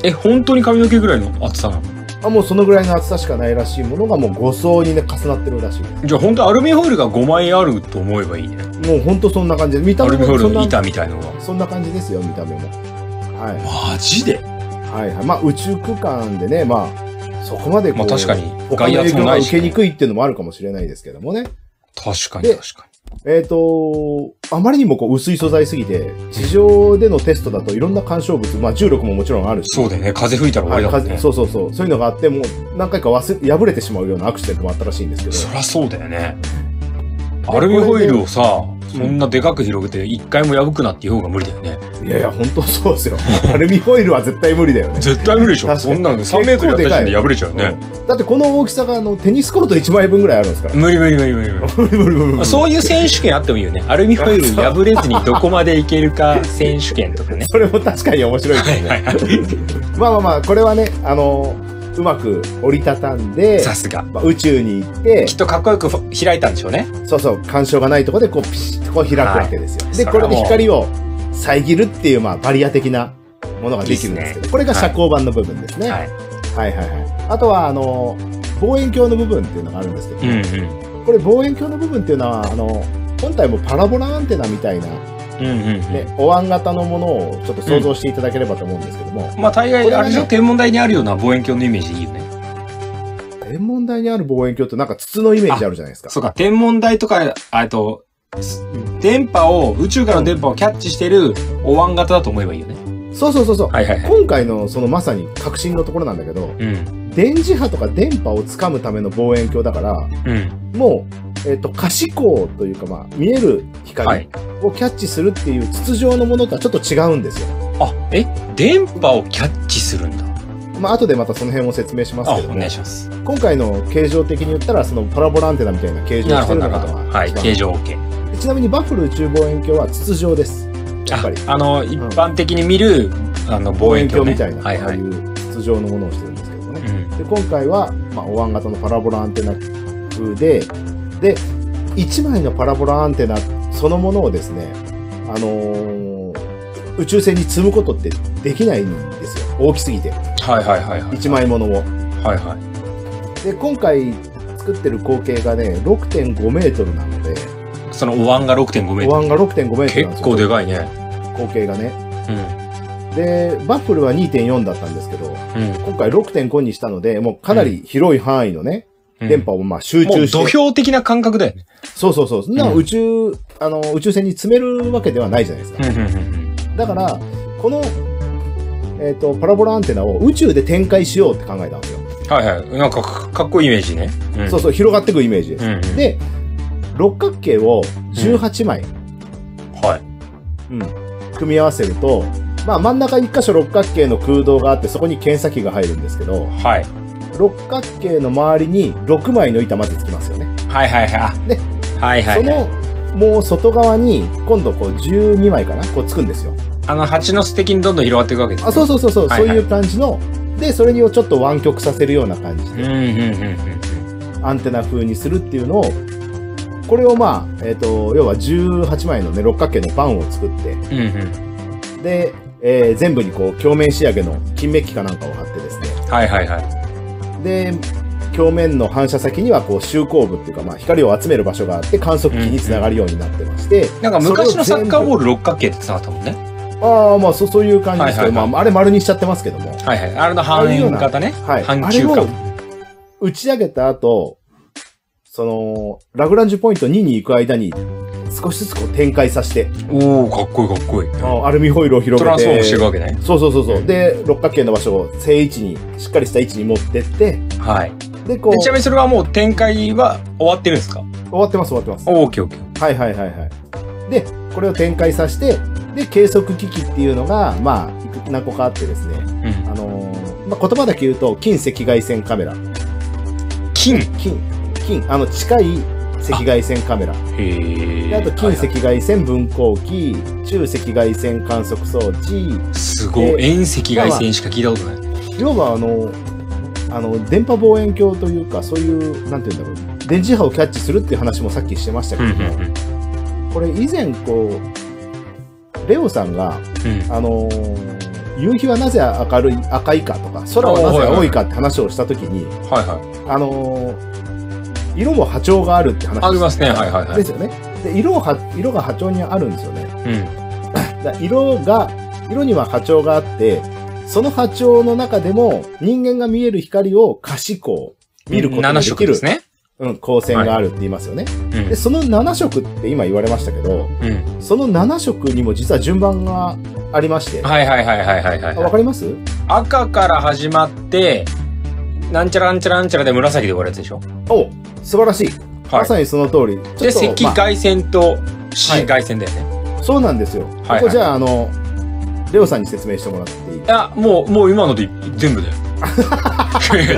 [SPEAKER 2] え、本当に髪の毛ぐらいの厚さなの
[SPEAKER 1] あもうそのぐらいの厚さしかないらしいものがもう5層にね重なってるらしいで
[SPEAKER 2] じゃあ本当アルミホイルが5枚あると思えばいいね。
[SPEAKER 1] すもうほんとそんな感じで見た
[SPEAKER 2] ア
[SPEAKER 1] 目
[SPEAKER 2] ルミホ
[SPEAKER 1] も
[SPEAKER 2] イ
[SPEAKER 1] そ
[SPEAKER 2] ル
[SPEAKER 1] ん
[SPEAKER 2] の
[SPEAKER 1] な
[SPEAKER 2] 板みたいのが。
[SPEAKER 1] そんな感じですよ見た目もは
[SPEAKER 2] マジで
[SPEAKER 1] いはいはいまあ宇宙空間でねまあそこまでこう、
[SPEAKER 2] まあ確かに、
[SPEAKER 1] 他
[SPEAKER 2] 外
[SPEAKER 1] の影
[SPEAKER 2] 圧も
[SPEAKER 1] 響
[SPEAKER 2] な
[SPEAKER 1] が
[SPEAKER 2] い
[SPEAKER 1] 受
[SPEAKER 2] し
[SPEAKER 1] け。にくいっていうのもあるかもしれないですけどもね
[SPEAKER 2] 確かに
[SPEAKER 1] で
[SPEAKER 2] 確か
[SPEAKER 1] えっ、とあまりにもこう薄い素材すぎて地上でのテストだといろんな干渉物まあ重力ももちろんある
[SPEAKER 2] に。
[SPEAKER 1] し
[SPEAKER 2] そうだよね。風吹いたら終わ
[SPEAKER 1] は
[SPEAKER 2] り
[SPEAKER 1] い
[SPEAKER 2] だ
[SPEAKER 1] 風
[SPEAKER 2] もんね。
[SPEAKER 1] そうそうそうそういうのがあってもう何回か忘れ破れてしまうようなアクシデントもあったらしいんですけど
[SPEAKER 2] そりゃそうだよね。アルミホイルをさ、そんなでかく広げて一回も破くなっていう方が無理だよね。
[SPEAKER 1] いやいや、本当そうですよ。 アルミホイルは絶対無理だよね。
[SPEAKER 2] 絶対無理でしょ。
[SPEAKER 1] 確か
[SPEAKER 2] そ
[SPEAKER 1] に
[SPEAKER 2] んなの3メートルやった時点で破れちゃうよね。
[SPEAKER 1] うんだってこの大きさがあのテニスコート1枚分ぐらいあるんです から。
[SPEAKER 2] 無理無理無理無理無理。
[SPEAKER 1] 無理無理無理無理
[SPEAKER 2] そういう選手権あってもいいよね。アルミホイル破れずにどこまでいける か選手権とかね。
[SPEAKER 1] それも確かに面白いですね。
[SPEAKER 2] はいはい。
[SPEAKER 1] まあまあまあ、これはね、あの、うまく折りたたんで、
[SPEAKER 2] さすが。
[SPEAKER 1] まあ宇宙に行って
[SPEAKER 2] きっ、とかっこよく開いたんでしょうね。
[SPEAKER 1] そうそう、干渉がないところでこうピシッとこう開くわけですよ。
[SPEAKER 2] い
[SPEAKER 1] で、
[SPEAKER 2] そ
[SPEAKER 1] こ
[SPEAKER 2] れは
[SPEAKER 1] れで
[SPEAKER 2] もう
[SPEAKER 1] 光を遮るっていう、まあ、バリア的なものができるんですけど、
[SPEAKER 2] いいっすね
[SPEAKER 1] これが遮光板の部分ですね。
[SPEAKER 2] はい。
[SPEAKER 1] はい、はい、はいはい。あとは、あの、望遠鏡の部分っていうのがあるんですけど、
[SPEAKER 2] うん
[SPEAKER 1] これ望遠鏡の部分っていうのはあの本体もパラボラアンテナみたいな、ね
[SPEAKER 2] うん。うんうんうん。
[SPEAKER 1] お椀型のものをちょっと想像していただければと思うんですけども、
[SPEAKER 2] まあ大概、
[SPEAKER 1] これ
[SPEAKER 2] あ
[SPEAKER 1] はね
[SPEAKER 2] れでしょ天文台にあるような望遠鏡のイメージでいいよね。
[SPEAKER 1] 天文台にある望遠鏡ってなんか筒のイメージあるじゃないですか。
[SPEAKER 2] そうか、天文台とか、あえっと、す電波を、宇宙からの電波をキャッチしてるお椀型だと思えばいいよね。
[SPEAKER 1] そうそうそうそう。
[SPEAKER 2] はいはいい。
[SPEAKER 1] 今回のそのまさに革新のところなんだけど、
[SPEAKER 2] うん。
[SPEAKER 1] 電磁波とか電波をつかむための望遠鏡だから、
[SPEAKER 2] うん。
[SPEAKER 1] もう、えっ、と、可視光というか、まあ、見える
[SPEAKER 2] は
[SPEAKER 1] 光
[SPEAKER 2] い。
[SPEAKER 1] をキャッチするっていう筒状のものとはちょっと違うんですよ。
[SPEAKER 2] あ、え、電波をキャッチするんだ。
[SPEAKER 1] まあ、後でまたその辺を説明します
[SPEAKER 2] あ、
[SPEAKER 1] けど
[SPEAKER 2] お
[SPEAKER 1] も、
[SPEAKER 2] 願いします。
[SPEAKER 1] 今回の形状的に言ったらそのパラボラアンテナみたいな形状を
[SPEAKER 2] なる
[SPEAKER 1] して
[SPEAKER 2] ほ
[SPEAKER 1] る
[SPEAKER 2] ど、
[SPEAKER 1] の
[SPEAKER 2] な
[SPEAKER 1] が
[SPEAKER 2] るほど。はい。
[SPEAKER 1] 一番
[SPEAKER 2] 形状 OK。
[SPEAKER 1] でちなみにバッフル宇宙望遠鏡は筒状ですやっぱり
[SPEAKER 2] ああの、一般的に見る、あの、望遠鏡、ね。
[SPEAKER 1] みたいな、
[SPEAKER 2] はい
[SPEAKER 1] ああ
[SPEAKER 2] はいい。う
[SPEAKER 1] う筒状のものをしてるんですけどもね、
[SPEAKER 2] ん。
[SPEAKER 1] で今回は、まあ、お椀型のパラボラアンテナ風でで1枚のパラボラアンテナそのものをですねあのー宇宙船に積むことってできないんですよ大きすぎて
[SPEAKER 2] はいはいはいはい。
[SPEAKER 1] 1枚ものを
[SPEAKER 2] はいはい。
[SPEAKER 1] で今回作ってる光景がね6.5メートルなので
[SPEAKER 2] そのお椀が6.5メー
[SPEAKER 1] お椀
[SPEAKER 2] ト
[SPEAKER 1] が6.5メートルなんです
[SPEAKER 2] ル。
[SPEAKER 1] よ
[SPEAKER 2] 結構でかいね。
[SPEAKER 1] 光景がね
[SPEAKER 2] うん。
[SPEAKER 1] でバッフルは2.4だったんですけど
[SPEAKER 2] うん。
[SPEAKER 1] 今回6.5にしたのでもうかなり広い範囲のね、
[SPEAKER 2] うん
[SPEAKER 1] 電波をまあ集
[SPEAKER 2] も
[SPEAKER 1] 中
[SPEAKER 2] う
[SPEAKER 1] して、
[SPEAKER 2] 土俵的な感覚だよね。
[SPEAKER 1] そうそうそうそんな
[SPEAKER 2] うん
[SPEAKER 1] 宇宙、あの宇宙船に詰めるわけではないじゃないですか、
[SPEAKER 2] うんうん
[SPEAKER 1] だからこのえっ、とパラボラアンテナを宇宙で展開しようって考えたんですよ、
[SPEAKER 2] うん。はいはい。なんかかかっこいいイメージね。うん
[SPEAKER 1] そうそう広がっていくイメージです、
[SPEAKER 2] うんうん、
[SPEAKER 1] で六角形を18枚、
[SPEAKER 2] はい。
[SPEAKER 1] うん組み合わせるとまあ真ん中一箇所六角形の空洞があってそこに検査機が入るんですけど
[SPEAKER 2] はい。
[SPEAKER 1] 六角形の周りに6枚の板までつきますよね
[SPEAKER 2] はいはいはい。
[SPEAKER 1] で
[SPEAKER 2] はいはい、はい。
[SPEAKER 1] そのもう外側に今度こう12枚かなこうつくんですよ
[SPEAKER 2] あの、蜂の巣的にどんどん広がっていくわけです、ね。
[SPEAKER 1] あそう
[SPEAKER 2] そ
[SPEAKER 1] そうそうそう、
[SPEAKER 2] はいはい
[SPEAKER 1] そういう感じのでそれにをちょっと湾曲させるような感じ
[SPEAKER 2] うん
[SPEAKER 1] で
[SPEAKER 2] うんうんうん
[SPEAKER 1] アンテナ風にするっていうのをこれをまあ、えっと要は18枚の、ね、六角形のパンを作って
[SPEAKER 2] うん。うんうん。
[SPEAKER 1] で、えー全部にこう鏡面仕上げの金メッキかなんかを貼ってですね
[SPEAKER 2] はいはいはい。
[SPEAKER 1] で表面の反射先にはこう集光部っていうか、まあ、光を集める場所があって観測器につながるようになってまして、
[SPEAKER 2] なんか昔のサッカーボ
[SPEAKER 1] ー
[SPEAKER 2] ール六角形ってつながったもんね。
[SPEAKER 1] ルああまあそそういう感じですけど、
[SPEAKER 2] はいはいはい
[SPEAKER 1] まあ、あれ丸にしちゃってますけども、
[SPEAKER 2] はいはい。あれの半円型ね。
[SPEAKER 1] はい、
[SPEAKER 2] 半
[SPEAKER 1] あれ
[SPEAKER 2] 球
[SPEAKER 1] を
[SPEAKER 2] 角。
[SPEAKER 1] 打ち上げた後そのラグランジュポイント2に行く間に少しずつこう展開させて、
[SPEAKER 2] おおかっこいいかっこいい。
[SPEAKER 1] あーアルミホイルを広げ
[SPEAKER 2] トランスフォームしてていくわけね。
[SPEAKER 1] そうそうそうそうで六角形の場所を正位置にしっかりした位置に持ってって
[SPEAKER 2] はい。
[SPEAKER 1] でこう
[SPEAKER 2] でちなみにそれはもう展開は終わってるんですか
[SPEAKER 1] 終わってます終わってます
[SPEAKER 2] おーオーケーオーケー。
[SPEAKER 1] はいはいはいはい。で、これを展開させて、で、計測機器っていうのが、まあ、いく何個かあってですね、
[SPEAKER 2] うん。
[SPEAKER 1] あのーまあ、言葉だけ言うと、近赤外線カメラ。
[SPEAKER 2] 金。へ
[SPEAKER 1] 近、近、あの、近い赤外線カメラ。で
[SPEAKER 2] え。
[SPEAKER 1] あと、近赤外線分光器、中赤外線観測装置、
[SPEAKER 2] すごい。遠赤外線しか聞いたことない。
[SPEAKER 1] 要は、あの、あの、電波望遠鏡というか、そういう、なんて言うんだろう、電磁波をキャッチするっていう話もさっきしてましたけ
[SPEAKER 2] うんう
[SPEAKER 1] ど
[SPEAKER 2] ん
[SPEAKER 1] も、これ以前、こう、レオさんが、
[SPEAKER 2] うん。うん。
[SPEAKER 1] あのー夕日はなぜ明るい赤いかとか空はなぜ青いかって話をした時に、
[SPEAKER 2] はいはい。
[SPEAKER 1] あのー色も波長があるって話
[SPEAKER 2] ありますね。はいはいは
[SPEAKER 1] で
[SPEAKER 2] い。
[SPEAKER 1] すよねで色をは色が波長にあるんですよね
[SPEAKER 2] うん。
[SPEAKER 1] だから色が色には波長があってその波長の中でも人間が見える光を可視光見ることが
[SPEAKER 2] 7
[SPEAKER 1] で
[SPEAKER 2] 色
[SPEAKER 1] きる、
[SPEAKER 2] ですね。
[SPEAKER 1] うん、光線があるって言いますよね、
[SPEAKER 2] うん。
[SPEAKER 1] でその7色って今言われましたけど
[SPEAKER 2] うん。
[SPEAKER 1] その7色にも実は順番がありまして、
[SPEAKER 2] はいはいはいはいはいはい
[SPEAKER 1] あわ
[SPEAKER 2] はい。
[SPEAKER 1] かります
[SPEAKER 2] 赤から始まって、なんちゃらなんちゃらなんちゃらで紫で終わるやつでしょ
[SPEAKER 1] お素晴らしい、ま
[SPEAKER 2] は
[SPEAKER 1] さにその通り
[SPEAKER 2] い。で、
[SPEAKER 1] ちょっと
[SPEAKER 2] 赤
[SPEAKER 1] ま
[SPEAKER 2] 外線と紫外線だよね。
[SPEAKER 1] あそうなんですよ、
[SPEAKER 2] はい
[SPEAKER 1] ここじゃああのレオさんに説明してもらっていい
[SPEAKER 2] いや、もう、もう今ので全部 だよ。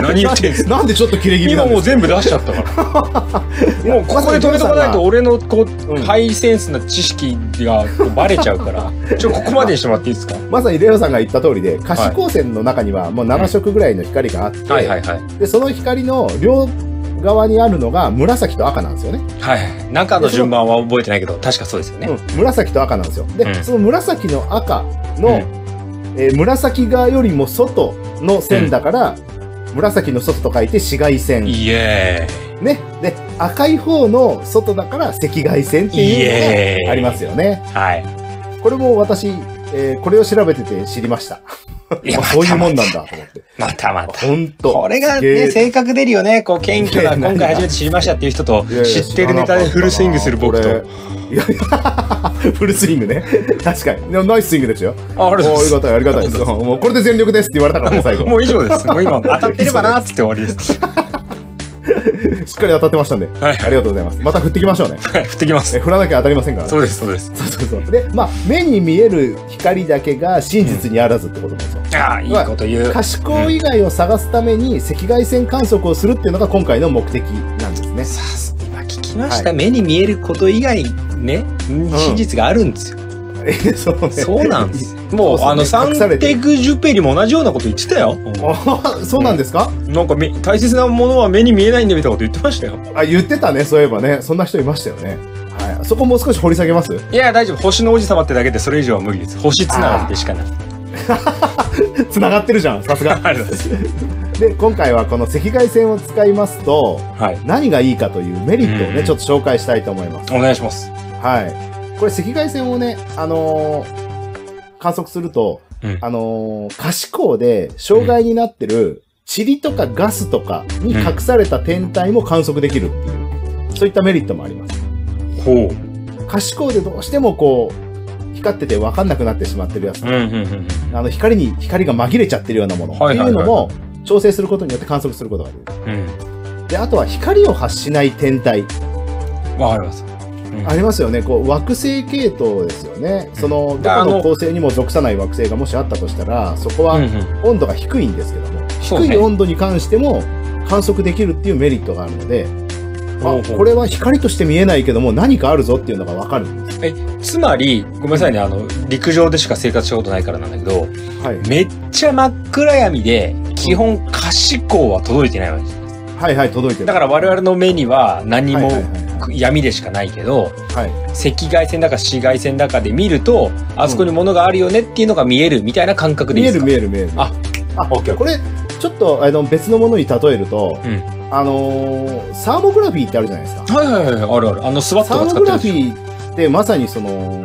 [SPEAKER 2] 何言ってんすか
[SPEAKER 1] なんでちょっと切れ気味な
[SPEAKER 2] 今
[SPEAKER 1] んで
[SPEAKER 2] もう
[SPEAKER 1] す
[SPEAKER 2] 全部出しちゃった から。もうここで止めとかないと俺のこう、
[SPEAKER 1] うん
[SPEAKER 2] ハイセンスな知識がこうバレちゃうから、ちょ、ここまでにしてもらっていいですか
[SPEAKER 1] まさにレオさんが言った通りで可視光線の中にはもう7色ぐらいの光があって、
[SPEAKER 2] はいはいはい。
[SPEAKER 1] でその光の両側にあるのが紫と赤なんですよね、
[SPEAKER 2] はい。中の順番は覚えてないけど、確かそうですよね。
[SPEAKER 1] うん、紫と赤なんですよで、
[SPEAKER 2] うん
[SPEAKER 1] その紫の赤
[SPEAKER 2] う
[SPEAKER 1] の、えー紫側よりも外の線だから、紫の外と書いて紫外線
[SPEAKER 2] イエ
[SPEAKER 1] ね。で、赤い方の外だから赤外線っていうのがありますよね
[SPEAKER 2] ー。イ。はい。
[SPEAKER 1] これも私、えーこれを調べてて知りました。
[SPEAKER 2] いや
[SPEAKER 1] あそういうもんなんだと思って。
[SPEAKER 2] またまた。
[SPEAKER 1] ほんと。
[SPEAKER 2] これが
[SPEAKER 1] すげ
[SPEAKER 2] ね、
[SPEAKER 1] え
[SPEAKER 2] 性格出るよね。こう、謙虚な、今回初めて知りましたっていう人と、
[SPEAKER 1] いやいや
[SPEAKER 2] 知ってるネタでフルスイングする僕
[SPEAKER 1] 知ら
[SPEAKER 2] と
[SPEAKER 1] な。かったなこれいや いや、フルスイングね。確かに。でもナイススイングですよ。
[SPEAKER 2] あ、あ
[SPEAKER 1] あ
[SPEAKER 2] りがとうございます
[SPEAKER 1] りがたい、ありがたいです。もうこれで全力ですって言われたからね、最後。
[SPEAKER 2] もう以上です。もう 今、当たってればなーっつって終わりです。
[SPEAKER 1] しっかり当たってましたんで。
[SPEAKER 2] はい
[SPEAKER 1] ありがとうございます。また振ってきましょうね。
[SPEAKER 2] はい、振ってきます
[SPEAKER 1] え。振らなきゃ当たりませんからね。
[SPEAKER 2] そうです、そうです。
[SPEAKER 1] そうそうそう。で、まあ、目に見える光だけが真実にあらずってことなんですよ。
[SPEAKER 2] ああ、いいこと言う。
[SPEAKER 1] 可視光以外を探すために赤外線観測をするっていうのが今回の目的なんですね。
[SPEAKER 2] さす今聞きました。目に見えること以外、ね、真実があるんですよ。
[SPEAKER 1] そうね
[SPEAKER 2] そうなんです。 も
[SPEAKER 1] そう
[SPEAKER 2] う、
[SPEAKER 1] そう
[SPEAKER 2] あの、サン
[SPEAKER 1] 隠されて
[SPEAKER 2] テ
[SPEAKER 1] る
[SPEAKER 2] クジュペリも同じようなこと言ってたよ。
[SPEAKER 1] あそうなんですか、
[SPEAKER 2] なんかめ、大切なものは目に見えないんだみたいなこと言ってましたよ。
[SPEAKER 1] あ言ってたねそういえばねそんな人いましたよね、はい、そこもう少し掘り下げます
[SPEAKER 2] いや、大丈夫。星の王子様ってだけでそれ以上は無理です。星つながりでしかない。
[SPEAKER 1] 繋がってるじゃんさす が
[SPEAKER 2] ありがとうございます。
[SPEAKER 1] で今回はこの赤外線を使いますと
[SPEAKER 2] はい。
[SPEAKER 1] 何がいいかというメリットを
[SPEAKER 2] う
[SPEAKER 1] ね
[SPEAKER 2] ん
[SPEAKER 1] ちょっと紹介したいと思います
[SPEAKER 2] お願いします。
[SPEAKER 1] はいこれ赤外線をねあのー観測すると、
[SPEAKER 2] うん
[SPEAKER 1] あのー可視光で障害になってる塵とかガスとかに隠された天体も観測できるっていう、そういったメリットもあります。
[SPEAKER 2] ほう。
[SPEAKER 1] 可視光でどうしてもこう、光ってて分かんなくなってしまってるやつ、
[SPEAKER 2] うん、うん、うん。
[SPEAKER 1] あの光に、光が紛れちゃってるようなものって
[SPEAKER 2] はい
[SPEAKER 1] い
[SPEAKER 2] はいうはい
[SPEAKER 1] のも調整することによって観測することができ
[SPEAKER 2] うん。
[SPEAKER 1] る。で、あとは光を発しない天体。
[SPEAKER 2] わかります。
[SPEAKER 1] ありますよね。こう、惑星系統ですよね。その、どこ
[SPEAKER 2] あの
[SPEAKER 1] の恒星にも属さない惑星がもしあったとしたら、そこ
[SPEAKER 2] うん、う
[SPEAKER 1] は
[SPEAKER 2] ん。
[SPEAKER 1] 温度が低いんですけども、
[SPEAKER 2] そうね
[SPEAKER 1] 低い温度に関しても観測できるっていうメリットがあるので、
[SPEAKER 2] ほう
[SPEAKER 1] あ
[SPEAKER 2] ほう
[SPEAKER 1] これは光として見えないけども何かあるぞっていうのがわかるんです。
[SPEAKER 2] つまり、ごめんなさいね、あの、陸上でしか生活したことないからなんだけど、
[SPEAKER 1] はい、
[SPEAKER 2] めっちゃ真っ暗闇で、基本可視光は届いてないわけです。
[SPEAKER 1] はいはい届いてる。
[SPEAKER 2] だから我々の目には何も
[SPEAKER 1] はいはいはい
[SPEAKER 2] 闇でしかないけど、
[SPEAKER 1] はい、
[SPEAKER 2] 赤外線だか紫外線だかで見ると、あそこに物があるよねっていうのが見えるみたいな感覚でい
[SPEAKER 1] 見
[SPEAKER 2] いで
[SPEAKER 1] える
[SPEAKER 2] すか
[SPEAKER 1] 見える見える。
[SPEAKER 2] あ
[SPEAKER 1] あ
[SPEAKER 2] オッケー
[SPEAKER 1] これちょっとあの別のものに例えると、
[SPEAKER 2] うん
[SPEAKER 1] あのーサーモグラフィーってあるじゃないですか。
[SPEAKER 2] はいはいはい、あるある。あの、スワッ
[SPEAKER 1] サ
[SPEAKER 2] トが
[SPEAKER 1] ーモ
[SPEAKER 2] 使っ
[SPEAKER 1] グ
[SPEAKER 2] てる
[SPEAKER 1] ラ
[SPEAKER 2] ん
[SPEAKER 1] フ
[SPEAKER 2] ですよ。
[SPEAKER 1] ィーってまさにその、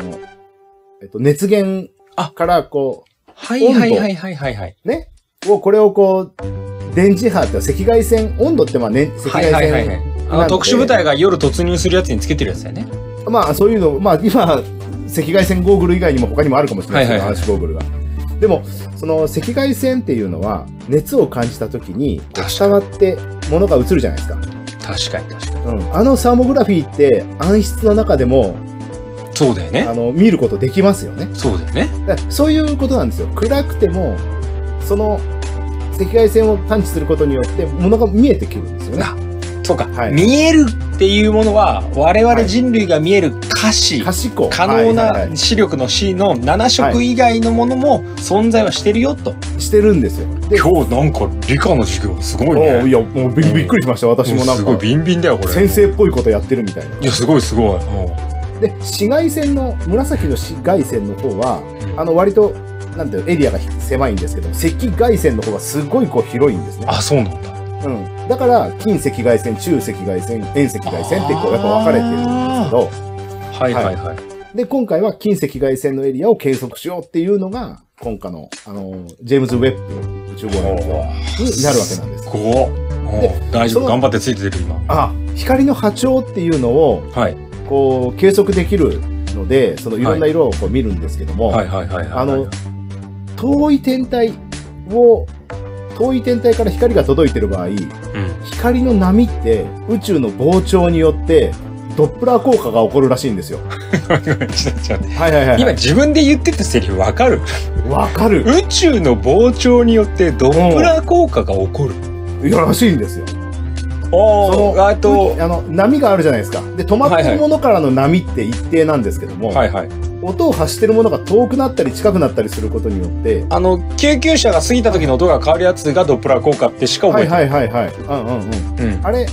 [SPEAKER 1] えっと、熱源からこ
[SPEAKER 2] はいはいはいはいはいはい。
[SPEAKER 1] う、ね、をこれをこう、電磁波って赤外線、温度ってまあ、ね、赤
[SPEAKER 2] は
[SPEAKER 1] 外
[SPEAKER 2] い
[SPEAKER 1] 線、
[SPEAKER 2] はいはいはい。
[SPEAKER 1] な
[SPEAKER 2] あの、
[SPEAKER 1] ので
[SPEAKER 2] 特殊部隊が夜突入するやつにつけてるやつだよね。
[SPEAKER 1] まあそういうの、まあ今、赤外線ゴーグル以外にも他にもあるかもしれないですけど、
[SPEAKER 2] はいはいはい
[SPEAKER 1] 話ゴーグルが。でも、その赤外線っていうのは、熱を感じた時に
[SPEAKER 2] 確かに
[SPEAKER 1] 伝わって物が映るじゃないですか。
[SPEAKER 2] 確かに確かに。
[SPEAKER 1] うん、あのサーモグラフィーって暗室の中でも
[SPEAKER 2] そうだよね
[SPEAKER 1] あ。の見ることできますよね。
[SPEAKER 2] そうだよね。
[SPEAKER 1] だからそういうことなんですよ。暗くても、その赤外線を探知することによって物が見えてくるんですよね。
[SPEAKER 2] あそうか、
[SPEAKER 1] はい
[SPEAKER 2] 見えるっていうものは、我々
[SPEAKER 1] はい
[SPEAKER 2] 人類が見える可視、
[SPEAKER 1] 賢い。
[SPEAKER 2] 可能
[SPEAKER 1] はいはいは
[SPEAKER 2] な視力の C の7色以外のものも存在はしてるよと。
[SPEAKER 1] いしてるんですよ。で
[SPEAKER 2] 今日なんか理科の授業すごい
[SPEAKER 1] おうい
[SPEAKER 2] ね。
[SPEAKER 1] や、もうびびっくりしました。私もなんか。
[SPEAKER 2] すごいビンビンだよ、これ。
[SPEAKER 1] 先生っぽいことやってるみたい
[SPEAKER 2] いや、すごいすごい。うん
[SPEAKER 1] な。で、紫外線の、紫の紫外線の方は、あの、割と、なんていうのエリアが狭いんですけど、赤外線の方はすごいこう広いんですね。
[SPEAKER 2] あ、そうなんだ。
[SPEAKER 1] うん。だから、近赤外線、中赤外線、遠赤外線ってこう、やっぱ分かれてるんです
[SPEAKER 2] はいはいはい。
[SPEAKER 1] けど、で、今回は近赤外線のエリアを計測しようっていうのが、今回の、あの、ジェームズ・ウェッブ宇宙望遠鏡になるわけなんです。
[SPEAKER 2] ご大丈
[SPEAKER 1] そ
[SPEAKER 2] 夫
[SPEAKER 1] の
[SPEAKER 2] 頑張ってついてる今
[SPEAKER 1] あ、光の波長っていうのを、
[SPEAKER 2] はい
[SPEAKER 1] こう、計測できるので、そのいろんな色をこう見るんですけども、
[SPEAKER 2] はいはいはいはい
[SPEAKER 1] あ の遠い天体を、遠い天体から光が届いてる場合、
[SPEAKER 2] うん
[SPEAKER 1] 光の波って宇宙の膨張によって、ドップラー効果が起こるらしいんですよ。
[SPEAKER 2] ごめんごめんちょっとちょっと
[SPEAKER 1] はいはいはい
[SPEAKER 2] 今
[SPEAKER 1] はい。
[SPEAKER 2] 自分で言ってたセリフわかる
[SPEAKER 1] わかる。
[SPEAKER 2] 宇宙の膨張によってドップラー効果が起こる
[SPEAKER 1] いやらしいんですよ。
[SPEAKER 2] おーあと
[SPEAKER 1] うあの、波があるじゃないですか。で、止まってるものからの波って一定なんですけども、
[SPEAKER 2] はいはい
[SPEAKER 1] 音を発してるものが遠くなったり近くなったりすることによって、
[SPEAKER 2] あの救急車が過ぎた時の音が変わるやつがドップラー効果ってしか覚
[SPEAKER 1] は
[SPEAKER 2] え
[SPEAKER 1] い
[SPEAKER 2] てな
[SPEAKER 1] はいいはいはい。うんうんうん。
[SPEAKER 2] うん
[SPEAKER 1] あれ、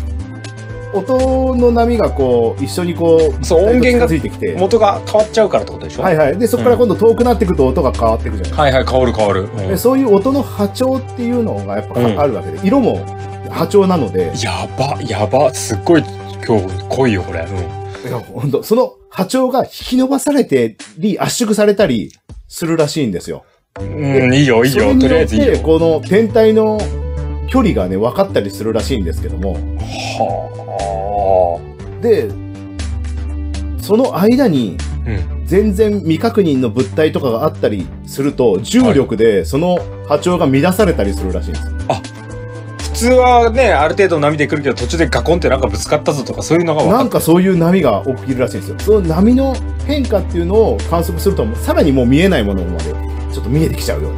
[SPEAKER 1] 音の波がこう、一緒にこう、
[SPEAKER 2] そう音源が
[SPEAKER 1] ついてきて、
[SPEAKER 2] 元が変わっちゃうからってことでしょ
[SPEAKER 1] はいはい。で、そこから今度遠くなっていくと音が変わっていくじゃない、
[SPEAKER 2] はいはい変わる変わるうん
[SPEAKER 1] でそういう音の波長っていうのがやっぱ
[SPEAKER 2] うん
[SPEAKER 1] あるわけで、色も波長なので、
[SPEAKER 2] やばやばすっごい今日濃いよこれうん
[SPEAKER 1] いや本当その波長が引き伸ばされてり、圧縮されたりするらしいんですよ。
[SPEAKER 2] うんいいよいい
[SPEAKER 1] それ
[SPEAKER 2] よ
[SPEAKER 1] に
[SPEAKER 2] とりあ
[SPEAKER 1] よ
[SPEAKER 2] え
[SPEAKER 1] っ
[SPEAKER 2] ずいい
[SPEAKER 1] て、
[SPEAKER 2] よ
[SPEAKER 1] この天体の距離がね、分かったりするらしいんですけども、
[SPEAKER 2] は
[SPEAKER 1] で、その間に、
[SPEAKER 2] あうん
[SPEAKER 1] 全然未確認の物体とかがあったりすると、重力でその波長が乱されたりするらしいんですよ。
[SPEAKER 2] 普通はねある程度の波で来るけど途中でガコンってなんかぶつかったぞとかそういうのが分か
[SPEAKER 1] な
[SPEAKER 2] っ
[SPEAKER 1] んかそういう波が起きるらしいんですよ。その波の変化っていうのを観測すると、さらにもう見えないものまで、ちょっと見えてきちゃうよう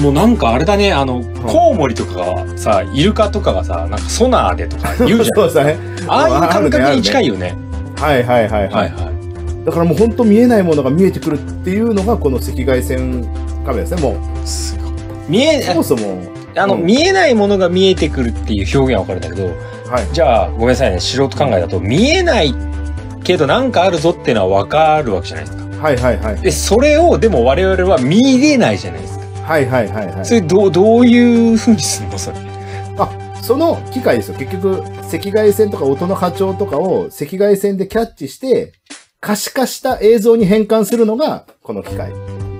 [SPEAKER 1] な。
[SPEAKER 2] もうなんかあれだねあの、
[SPEAKER 1] い
[SPEAKER 2] コウモリとかがさイルカとかがさなんかソナーでとか言うじゃ
[SPEAKER 1] そうんですね。
[SPEAKER 2] ああいう感
[SPEAKER 1] あるねある
[SPEAKER 2] 覚に
[SPEAKER 1] ね
[SPEAKER 2] 近いよね
[SPEAKER 1] はいはいはいは
[SPEAKER 2] はい
[SPEAKER 1] い。
[SPEAKER 2] はい
[SPEAKER 1] だからもう本当見えないものが見えてくるっていうのが、この赤外線カメラですね。もう、
[SPEAKER 2] すごい見
[SPEAKER 1] そ
[SPEAKER 2] え
[SPEAKER 1] もそも、
[SPEAKER 2] あの、
[SPEAKER 1] うん
[SPEAKER 2] 見えないものが見えてくるっていう表現は分かるんだけど
[SPEAKER 1] はい。
[SPEAKER 2] じゃあごめんなさいね素人考えだと見えないけどなんかあるぞっていうのは分かるわけじゃないですか
[SPEAKER 1] はいはいはい。
[SPEAKER 2] でそれをでも我々は見れないじゃないですか
[SPEAKER 1] はいはいはいはい
[SPEAKER 2] そ。れどうどういうふうにすんのそれ
[SPEAKER 1] その機械ですよ。結局、赤外線とか音の波長とかを赤外線でキャッチして、可視化した映像に変換するのが、この機械。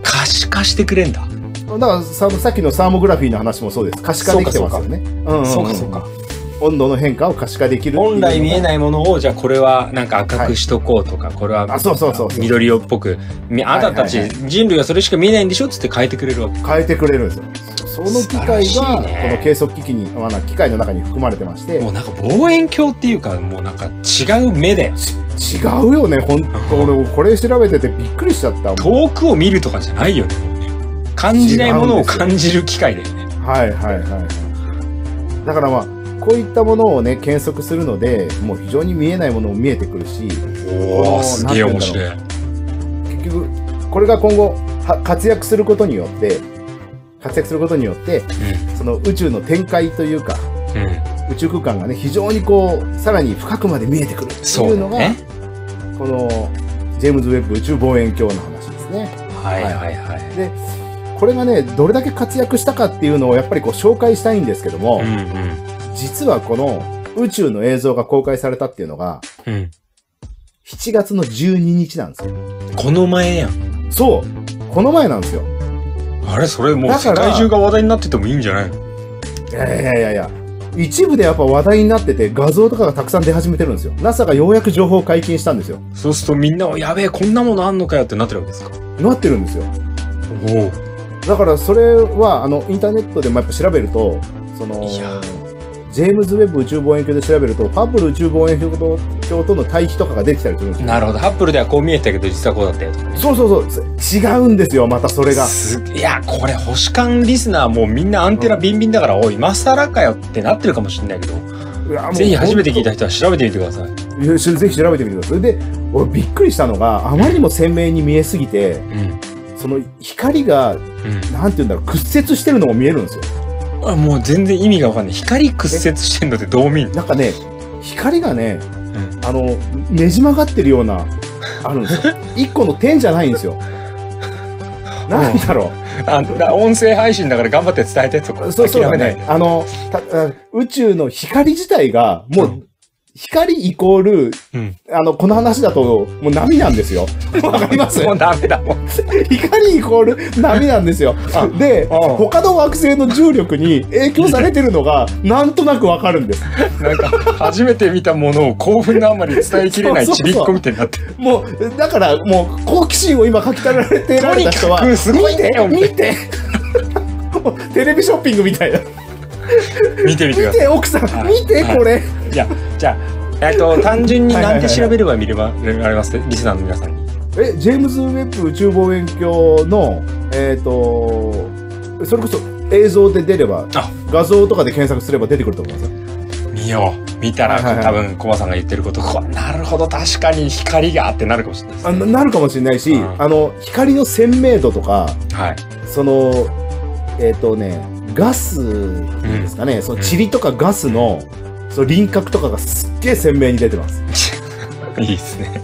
[SPEAKER 2] 可視化してくれんだ
[SPEAKER 1] だからさ、さっきのサーモグラフィーの話もそうです。可視化できてますよね。うんんん
[SPEAKER 2] そうかそうか。
[SPEAKER 1] 温度の変化を可視化できるっていうのが
[SPEAKER 2] 本来見えないものをじゃあこれはなんか赤くしとこうとか、これは
[SPEAKER 1] あそうそうそうそう
[SPEAKER 2] 緑色っぽくみあなたたち
[SPEAKER 1] はい
[SPEAKER 2] 人類はそれしか見えないんでしょっつって変えてくれるわけ
[SPEAKER 1] 変えてくれるんですよ。その機械
[SPEAKER 2] 素晴
[SPEAKER 1] が、
[SPEAKER 2] らしいね
[SPEAKER 1] この計測機器に、まあ、機械の中に含まれてまして、
[SPEAKER 2] もうなんか望遠鏡っていうかもうなんか違う目だよ
[SPEAKER 1] ち違うよね、ほんと。俺、これ調べててびっくりしちゃった。はい
[SPEAKER 2] 遠くを見るとかじゃないよね感じないものを感じる機械だよね
[SPEAKER 1] はいはい。だからまあ、こういったものをね、検測するので、もう非常に見えないものも見えてくるし、
[SPEAKER 2] おおすげえ面白い
[SPEAKER 1] 結局これが今後は活躍することによって活躍することによってその宇宙の展開というか
[SPEAKER 2] うん、うん、
[SPEAKER 1] 宇宙空間がね非常にこうさらに深くまで見えてくるってい
[SPEAKER 2] そううだ
[SPEAKER 1] のが
[SPEAKER 2] ね
[SPEAKER 1] このジェームズ・ウェッブ宇宙望遠鏡の話ですね。
[SPEAKER 2] はいはいはい
[SPEAKER 1] でこれがねどれだけ活躍したかっていうのをやっぱりこう紹介したいんですけども、
[SPEAKER 2] うんうん
[SPEAKER 1] 実はこの宇宙の映像が公開されたっていうのが、
[SPEAKER 2] うん。
[SPEAKER 1] 7月の12日なんですよ。
[SPEAKER 2] この前やん。
[SPEAKER 1] そうこの前なんですよ。
[SPEAKER 2] あれそれもう
[SPEAKER 1] だか
[SPEAKER 2] 世
[SPEAKER 1] ら
[SPEAKER 2] 界中が話題になっててもいいんじゃないの
[SPEAKER 1] いやいやいやいや。一部でやっぱ話題になってて、画像とかがたくさん出始めてるんですよ。NASA がようやく情報を解禁したんですよ。
[SPEAKER 2] そうするとみんなはやべえ、こんなものあんのかよってなってるわけですか。
[SPEAKER 1] なってるんですよ。
[SPEAKER 2] おお。
[SPEAKER 1] だからそれは、あの、インターネットでもやっぱ調べると、その
[SPEAKER 2] いや、
[SPEAKER 1] ジェームズ・ウェブ宇宙望遠鏡で調べると、パープル宇宙望遠鏡との対比とかができたりするんですよ。
[SPEAKER 2] なるほど。ハッブルではこう見えてたけど、実はこうだったよとかね。
[SPEAKER 1] そうそうそう。違うんですよ、またそれが。
[SPEAKER 2] すいや、これ、星間リスナーもうみんなアンテナビンビンだから、おい、今更かよってなってるかもしれないけど、
[SPEAKER 1] うわもう
[SPEAKER 2] ぜひ初めて聞いた人は調べてみてください。
[SPEAKER 1] いやぜひ調べてみてください。で、俺びっくりしたのが、あまりにも鮮明に見えすぎて、
[SPEAKER 2] うん。
[SPEAKER 1] その光が、なんて言うんだろう、屈折してるのも見えるんですよ。
[SPEAKER 2] うん。あもう全然意味がわかんない。光屈折してんのってどう見んの
[SPEAKER 1] なんかね、光がね、
[SPEAKER 2] ん
[SPEAKER 1] あの、ねじ曲がってるような、あるん ですよ。一個の点じゃないんですよ。なんだろ
[SPEAKER 2] あ、だ音声配信だから頑張って伝えてとか。
[SPEAKER 1] う。そうそうだ
[SPEAKER 2] 諦め
[SPEAKER 1] ね。あの、たあ宇宙の光自体が、も
[SPEAKER 2] う
[SPEAKER 1] う、光イコール、
[SPEAKER 2] うん
[SPEAKER 1] あの、この話だと、もう波なんですよ。 わかります
[SPEAKER 2] もうダメだもん。
[SPEAKER 1] 光イコール波なんですよ。で、
[SPEAKER 2] ああ
[SPEAKER 1] 他の惑星の重力に影響されてるのが、なんとなくわかるんです。
[SPEAKER 2] なんか、初めて見たものを興奮のあまり伝えきれないちびっこみたいになってる。
[SPEAKER 1] もう、だから、もう、好奇心を今書き立てられてられた人は、
[SPEAKER 2] とにかくすごいんだよ
[SPEAKER 1] 見て見て もうテレビショッピングみたいな。
[SPEAKER 2] 見てみ
[SPEAKER 1] 見
[SPEAKER 2] てくださ
[SPEAKER 1] て、奥さん、見て、
[SPEAKER 2] はい
[SPEAKER 1] これ。
[SPEAKER 2] い。いや、じゃあ、えっと、単純になんて調べれば見れば、ありますリスナーの皆さんに。
[SPEAKER 1] え、ジェームズ・ウェッブ宇宙望遠鏡の、えっ、と、それこそ映像で出れば
[SPEAKER 2] あ、
[SPEAKER 1] 画像とかで検索すれば出てくると思いますよ。
[SPEAKER 2] 見よう。見たら、
[SPEAKER 1] はいはいはい
[SPEAKER 2] 多分、コバさんが言ってること、こうなるほど、確かに光がってなるかもしれないです
[SPEAKER 1] あななるかもしれないし、
[SPEAKER 2] うん
[SPEAKER 1] あの、光の鮮明度とか、
[SPEAKER 2] はい。
[SPEAKER 1] その、えっ、とね、ガスですかね、その塵とかガスの、その輪郭とかがすっげえ鮮明に出てます。
[SPEAKER 2] いいですね。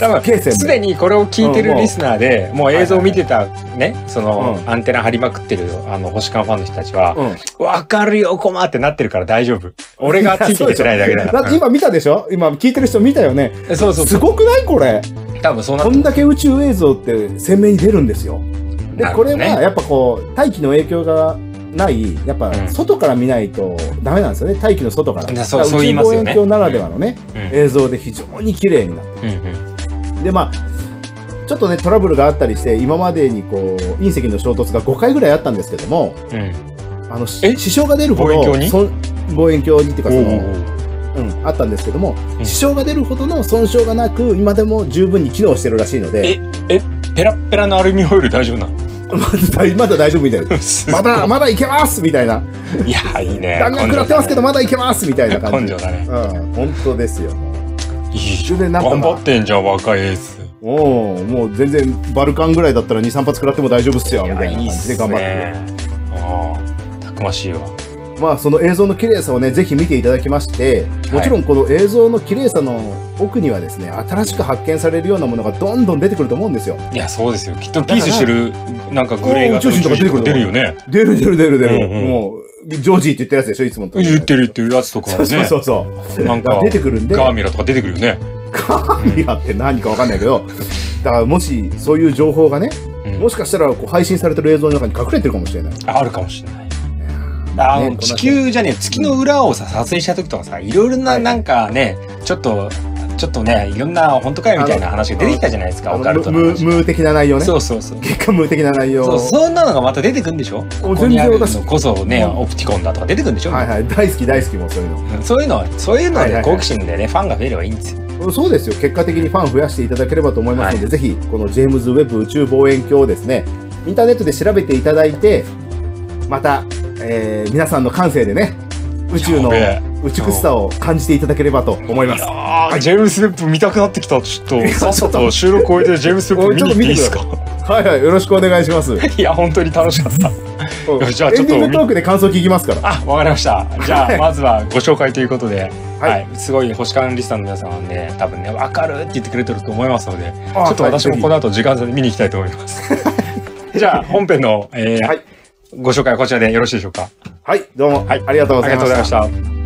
[SPEAKER 2] 多 分、
[SPEAKER 1] すっげえ鮮明
[SPEAKER 2] すでにこれを聞いてるリスナーで、もう映像を見てたね、その、
[SPEAKER 1] うん
[SPEAKER 2] アンテナ張りまくってる、あの、星間ファンの人たちは、
[SPEAKER 1] うん。
[SPEAKER 2] わかるよ、コマってなってるから大丈夫。俺 がついてきてないだけだか
[SPEAKER 1] だっ
[SPEAKER 2] ら。
[SPEAKER 1] て今見たでしょ今聞いてる人見たよね。
[SPEAKER 2] うんそうそう
[SPEAKER 1] す
[SPEAKER 2] そう。
[SPEAKER 1] ごくないこれ。
[SPEAKER 2] 多分そうなっ
[SPEAKER 1] こ
[SPEAKER 2] て
[SPEAKER 1] んだけ宇宙映像って鮮明に出るんですよ。で、これは
[SPEAKER 2] ね、
[SPEAKER 1] やっぱこう、大気の影響がない、やっぱ
[SPEAKER 2] うん
[SPEAKER 1] 外から見ないとダメなんですよね。大気の外から。
[SPEAKER 2] だそう
[SPEAKER 1] だから
[SPEAKER 2] そう言います
[SPEAKER 1] 宇
[SPEAKER 2] よね
[SPEAKER 1] 宙望遠鏡ならではのね、
[SPEAKER 2] うん
[SPEAKER 1] 映像で非常に綺麗になって
[SPEAKER 2] うんうん
[SPEAKER 1] でまあちょっとねトラブルがあったりして今までにこう隕石の衝突が5回ぐらいあったんですけども
[SPEAKER 2] うん
[SPEAKER 1] あの
[SPEAKER 2] え
[SPEAKER 1] し支障が出るほど
[SPEAKER 2] 望遠鏡に
[SPEAKER 1] そん望遠鏡にっていうかそ
[SPEAKER 2] おうお
[SPEAKER 1] の、
[SPEAKER 2] うおう
[SPEAKER 1] うん、あったんですけども、
[SPEAKER 2] うん
[SPEAKER 1] 支障が出るほどの損傷がなく今でも十分に機能してるらしいので
[SPEAKER 2] ペラッペラのアルミホイル大丈夫なの
[SPEAKER 1] まだ まだ大丈夫みたいなま だまだいけますみたいない
[SPEAKER 2] や、 いいね。
[SPEAKER 1] 弾丸食らってますけどまだいけますみたいな感
[SPEAKER 2] 根
[SPEAKER 1] じ
[SPEAKER 2] 性だね。
[SPEAKER 1] うん本当ですよ
[SPEAKER 2] いいじゃん
[SPEAKER 1] でなんか
[SPEAKER 2] 頑
[SPEAKER 1] まあ
[SPEAKER 2] 張ってんじゃん、若いエース。
[SPEAKER 1] おーもう全然バルカンぐらいだったら23発食らっても大丈夫っすよみたいな感じで頑張ってる
[SPEAKER 2] ああ、たくましいわ。
[SPEAKER 1] まあその映像の綺麗さをね、ぜひ見ていただきまして、もちろんこの映像の綺麗さの奥にはですね、新しく発見されるようなものがどんどん出てくると思うんですよ。
[SPEAKER 2] いや、そうですよ。きっとピースしてる、なんかグレーが
[SPEAKER 1] 宇宙人とか出てくる
[SPEAKER 2] 出るよね。
[SPEAKER 1] 出る出る出る出る。
[SPEAKER 2] うんうん
[SPEAKER 1] もう、ジョージって言ってるやつでしょ、いつものと
[SPEAKER 2] 言ってるっていうやつとか
[SPEAKER 1] そう
[SPEAKER 2] ね。
[SPEAKER 1] そうそうそう。
[SPEAKER 2] なんか
[SPEAKER 1] 出てくるんで、
[SPEAKER 2] ガー
[SPEAKER 1] ガ
[SPEAKER 2] ミラとか出てくるよね。
[SPEAKER 1] ーミラって何かわかんないけど、だからもしそういう情報がね、
[SPEAKER 2] うん
[SPEAKER 1] もしかしたらこう配信されてる映像の中に隠れてるかもしれない。
[SPEAKER 2] あるかもしれない。あの
[SPEAKER 1] ね
[SPEAKER 2] 地球じゃねえ月の裏をさ撮影した時とかさいろいろな
[SPEAKER 1] はい
[SPEAKER 2] なんかねちょっとちょっとねいろんな本当かよみたいな話が出てきたじゃないですか
[SPEAKER 1] あ
[SPEAKER 2] オカルト
[SPEAKER 1] の
[SPEAKER 2] の
[SPEAKER 1] ム
[SPEAKER 2] 話
[SPEAKER 1] ームー的な内容ね。
[SPEAKER 2] そうそうそう
[SPEAKER 1] 結果ムー的な内容。
[SPEAKER 2] そうそんなのがまた出てくるんでしょここにあるのこそね
[SPEAKER 1] 全然私
[SPEAKER 2] オプティコンだとか出てくるんでしょ、
[SPEAKER 1] はいはい。大好き大好きもうそういうの。
[SPEAKER 2] うんそういうのはそういうの
[SPEAKER 1] はいは
[SPEAKER 2] で
[SPEAKER 1] いはい
[SPEAKER 2] 好奇心でね、ファンが増えればいいんですよ
[SPEAKER 1] そうですよ。結果的にファン増やしていただければと思いますので、ぜひ、このジェームズ・ウェブ宇宙望遠鏡をですね、インターネットで調べていただいて、また、えー皆さんの感性でね、宇宙の
[SPEAKER 2] や
[SPEAKER 1] 美しさを感じていただければと思います。
[SPEAKER 2] あージェームス・ウェップ見たくなってきたちょっとさっさと収録終えてジェームス・ウェップ見に行っていいですか
[SPEAKER 1] はいはい、よろしくお願いします。
[SPEAKER 2] いや本当に楽しか った
[SPEAKER 1] うん
[SPEAKER 2] じゃあちょっと
[SPEAKER 1] エンディングトークで感想聞きますから。
[SPEAKER 2] あ、わかりました。じゃ
[SPEAKER 1] は
[SPEAKER 2] あ、
[SPEAKER 1] い
[SPEAKER 2] まずはご紹介ということで、は、
[SPEAKER 1] はい
[SPEAKER 2] すごい星間リスナーの皆さんはね、多分ね、わかるって言ってくれてると思いますので、ちょっと私もこの後時間差で見に行きたいと思い ます。じゃあ、本編の、えー
[SPEAKER 1] はい
[SPEAKER 2] ご紹介はこちらでよろしいでしょうか。
[SPEAKER 1] はい、どうも、
[SPEAKER 2] はい
[SPEAKER 1] ありがとう
[SPEAKER 2] あ
[SPEAKER 1] ご
[SPEAKER 2] り
[SPEAKER 1] ざい
[SPEAKER 2] がとう
[SPEAKER 1] ま
[SPEAKER 2] ご
[SPEAKER 1] し
[SPEAKER 2] ざい
[SPEAKER 1] た
[SPEAKER 2] まし。た。